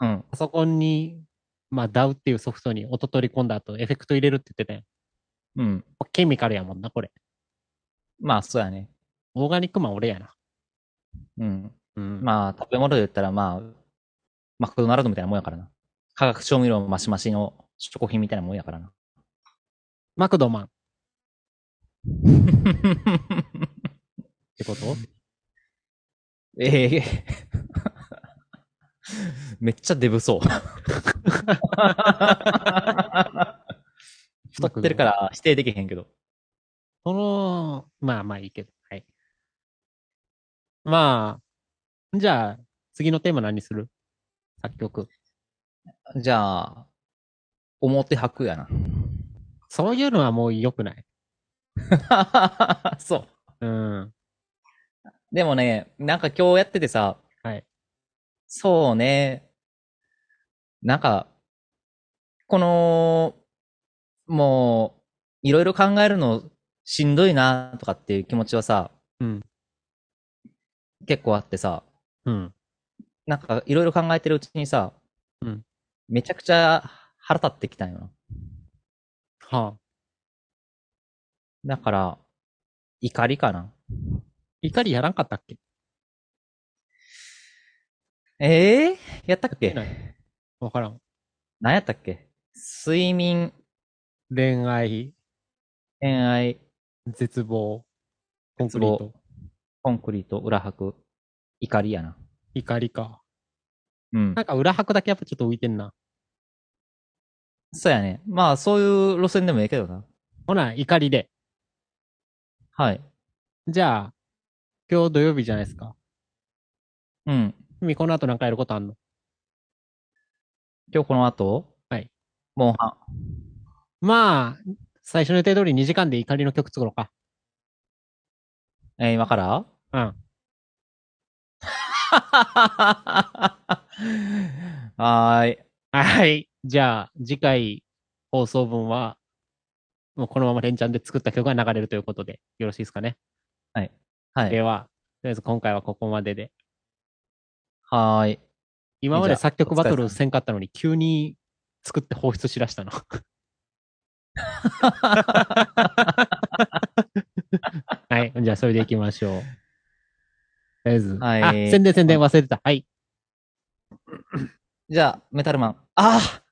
[SPEAKER 2] うん。
[SPEAKER 1] パソコンに、まあ DAW っていうソフトに音取り込んだ後、エフェクト入れるって言ってたやん。
[SPEAKER 2] うん。
[SPEAKER 1] ケミカルやもんな、これ。
[SPEAKER 2] まあ、そうやね。
[SPEAKER 1] オーガニックマン俺やな。
[SPEAKER 2] うん。
[SPEAKER 1] うん。まあ、
[SPEAKER 2] まあ、食べ物で言ったら、まあ、マクドナルドみたいなもんやからな。化学調味料マシマシの食品みたいなもんやからな。
[SPEAKER 1] マクドマンってこと
[SPEAKER 2] ええめっちゃデブそう。太ってるから否定できへんけど。
[SPEAKER 1] その、まあまあいいけど。はい。まあ、じゃあ、次のテーマ何にする作曲。
[SPEAKER 2] じゃあ、表吐くやな。
[SPEAKER 1] そういうのはもう良くない。
[SPEAKER 2] そう。
[SPEAKER 1] うん。
[SPEAKER 2] でもね、なんか今日やっててさ、
[SPEAKER 1] はい。
[SPEAKER 2] そうね、なんか、この、もう、いろいろ考えるのしんどいなとかっていう気持ちはさ、
[SPEAKER 1] うん。
[SPEAKER 2] 結構あってさ、
[SPEAKER 1] うん。
[SPEAKER 2] なんかいろいろ考えてるうちにさ、
[SPEAKER 1] うん
[SPEAKER 2] めちゃくちゃ腹立ってきたんよな。
[SPEAKER 1] はあ。
[SPEAKER 2] だから、怒りかな。
[SPEAKER 1] 怒りやらんかったっけ
[SPEAKER 2] ええやったっ
[SPEAKER 1] やってな
[SPEAKER 2] け
[SPEAKER 1] いわからん。
[SPEAKER 2] 何やったっけ睡眠、
[SPEAKER 1] 恋愛、
[SPEAKER 2] 恋愛、
[SPEAKER 1] 絶望、コンク
[SPEAKER 2] 絶
[SPEAKER 1] リー
[SPEAKER 2] 望
[SPEAKER 1] ト、
[SPEAKER 2] コンクリート、裏拍、怒りやな。
[SPEAKER 1] 怒りか。
[SPEAKER 2] うん
[SPEAKER 1] な。んか裏拍だけやっぱちょっと浮いてんな。
[SPEAKER 2] そうやね。まあ、そういう路線でもええけどな。
[SPEAKER 1] ほな、怒りで。
[SPEAKER 2] はい。
[SPEAKER 1] じゃあ、今日土曜日じゃないですか。
[SPEAKER 2] うん。
[SPEAKER 1] 君、この後なんかやることあんの
[SPEAKER 2] 今日この後
[SPEAKER 1] はい。
[SPEAKER 2] モンハン。
[SPEAKER 1] まあ、最初の予定通り2時間で怒りの曲作ろうか。
[SPEAKER 2] えー今から
[SPEAKER 1] うん。
[SPEAKER 2] はーい。
[SPEAKER 1] はい。じゃあ、次回放送分は、もうこのまま連チャンで作った曲が流れるということで、よろしいですかね。
[SPEAKER 2] はい。
[SPEAKER 1] では、とりあえず今回はここまでで。
[SPEAKER 2] は ーい。
[SPEAKER 1] 今まで作曲バト
[SPEAKER 2] お疲れ
[SPEAKER 1] ル
[SPEAKER 2] 様
[SPEAKER 1] せんかったのに、急に作って放出しだ したの。はい。じゃあ、それでいきましょう。とりあえず。
[SPEAKER 2] はい
[SPEAKER 1] あ、宣伝宣伝忘れてた。はい。
[SPEAKER 2] じゃあ、メタルマン。あ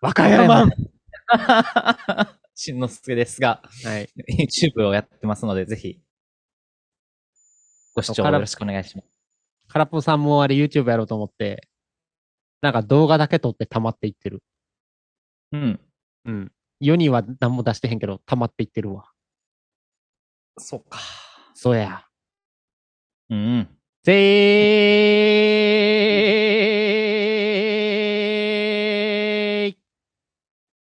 [SPEAKER 1] 若
[SPEAKER 2] 山
[SPEAKER 1] は
[SPEAKER 2] あ しんのすけですが、
[SPEAKER 1] い。
[SPEAKER 2] YouTube をやってますので、ぜひ、ご視聴よろしくお願いします。
[SPEAKER 1] 空っぽさんもあれ YouTube やろうと思って、なんか動画だけ撮って溜まっていってる。
[SPEAKER 2] うん。
[SPEAKER 1] うん。世には何も出してへんけど、溜まっていってるわ。
[SPEAKER 2] そうか。
[SPEAKER 1] そうや。
[SPEAKER 2] うん。
[SPEAKER 1] せー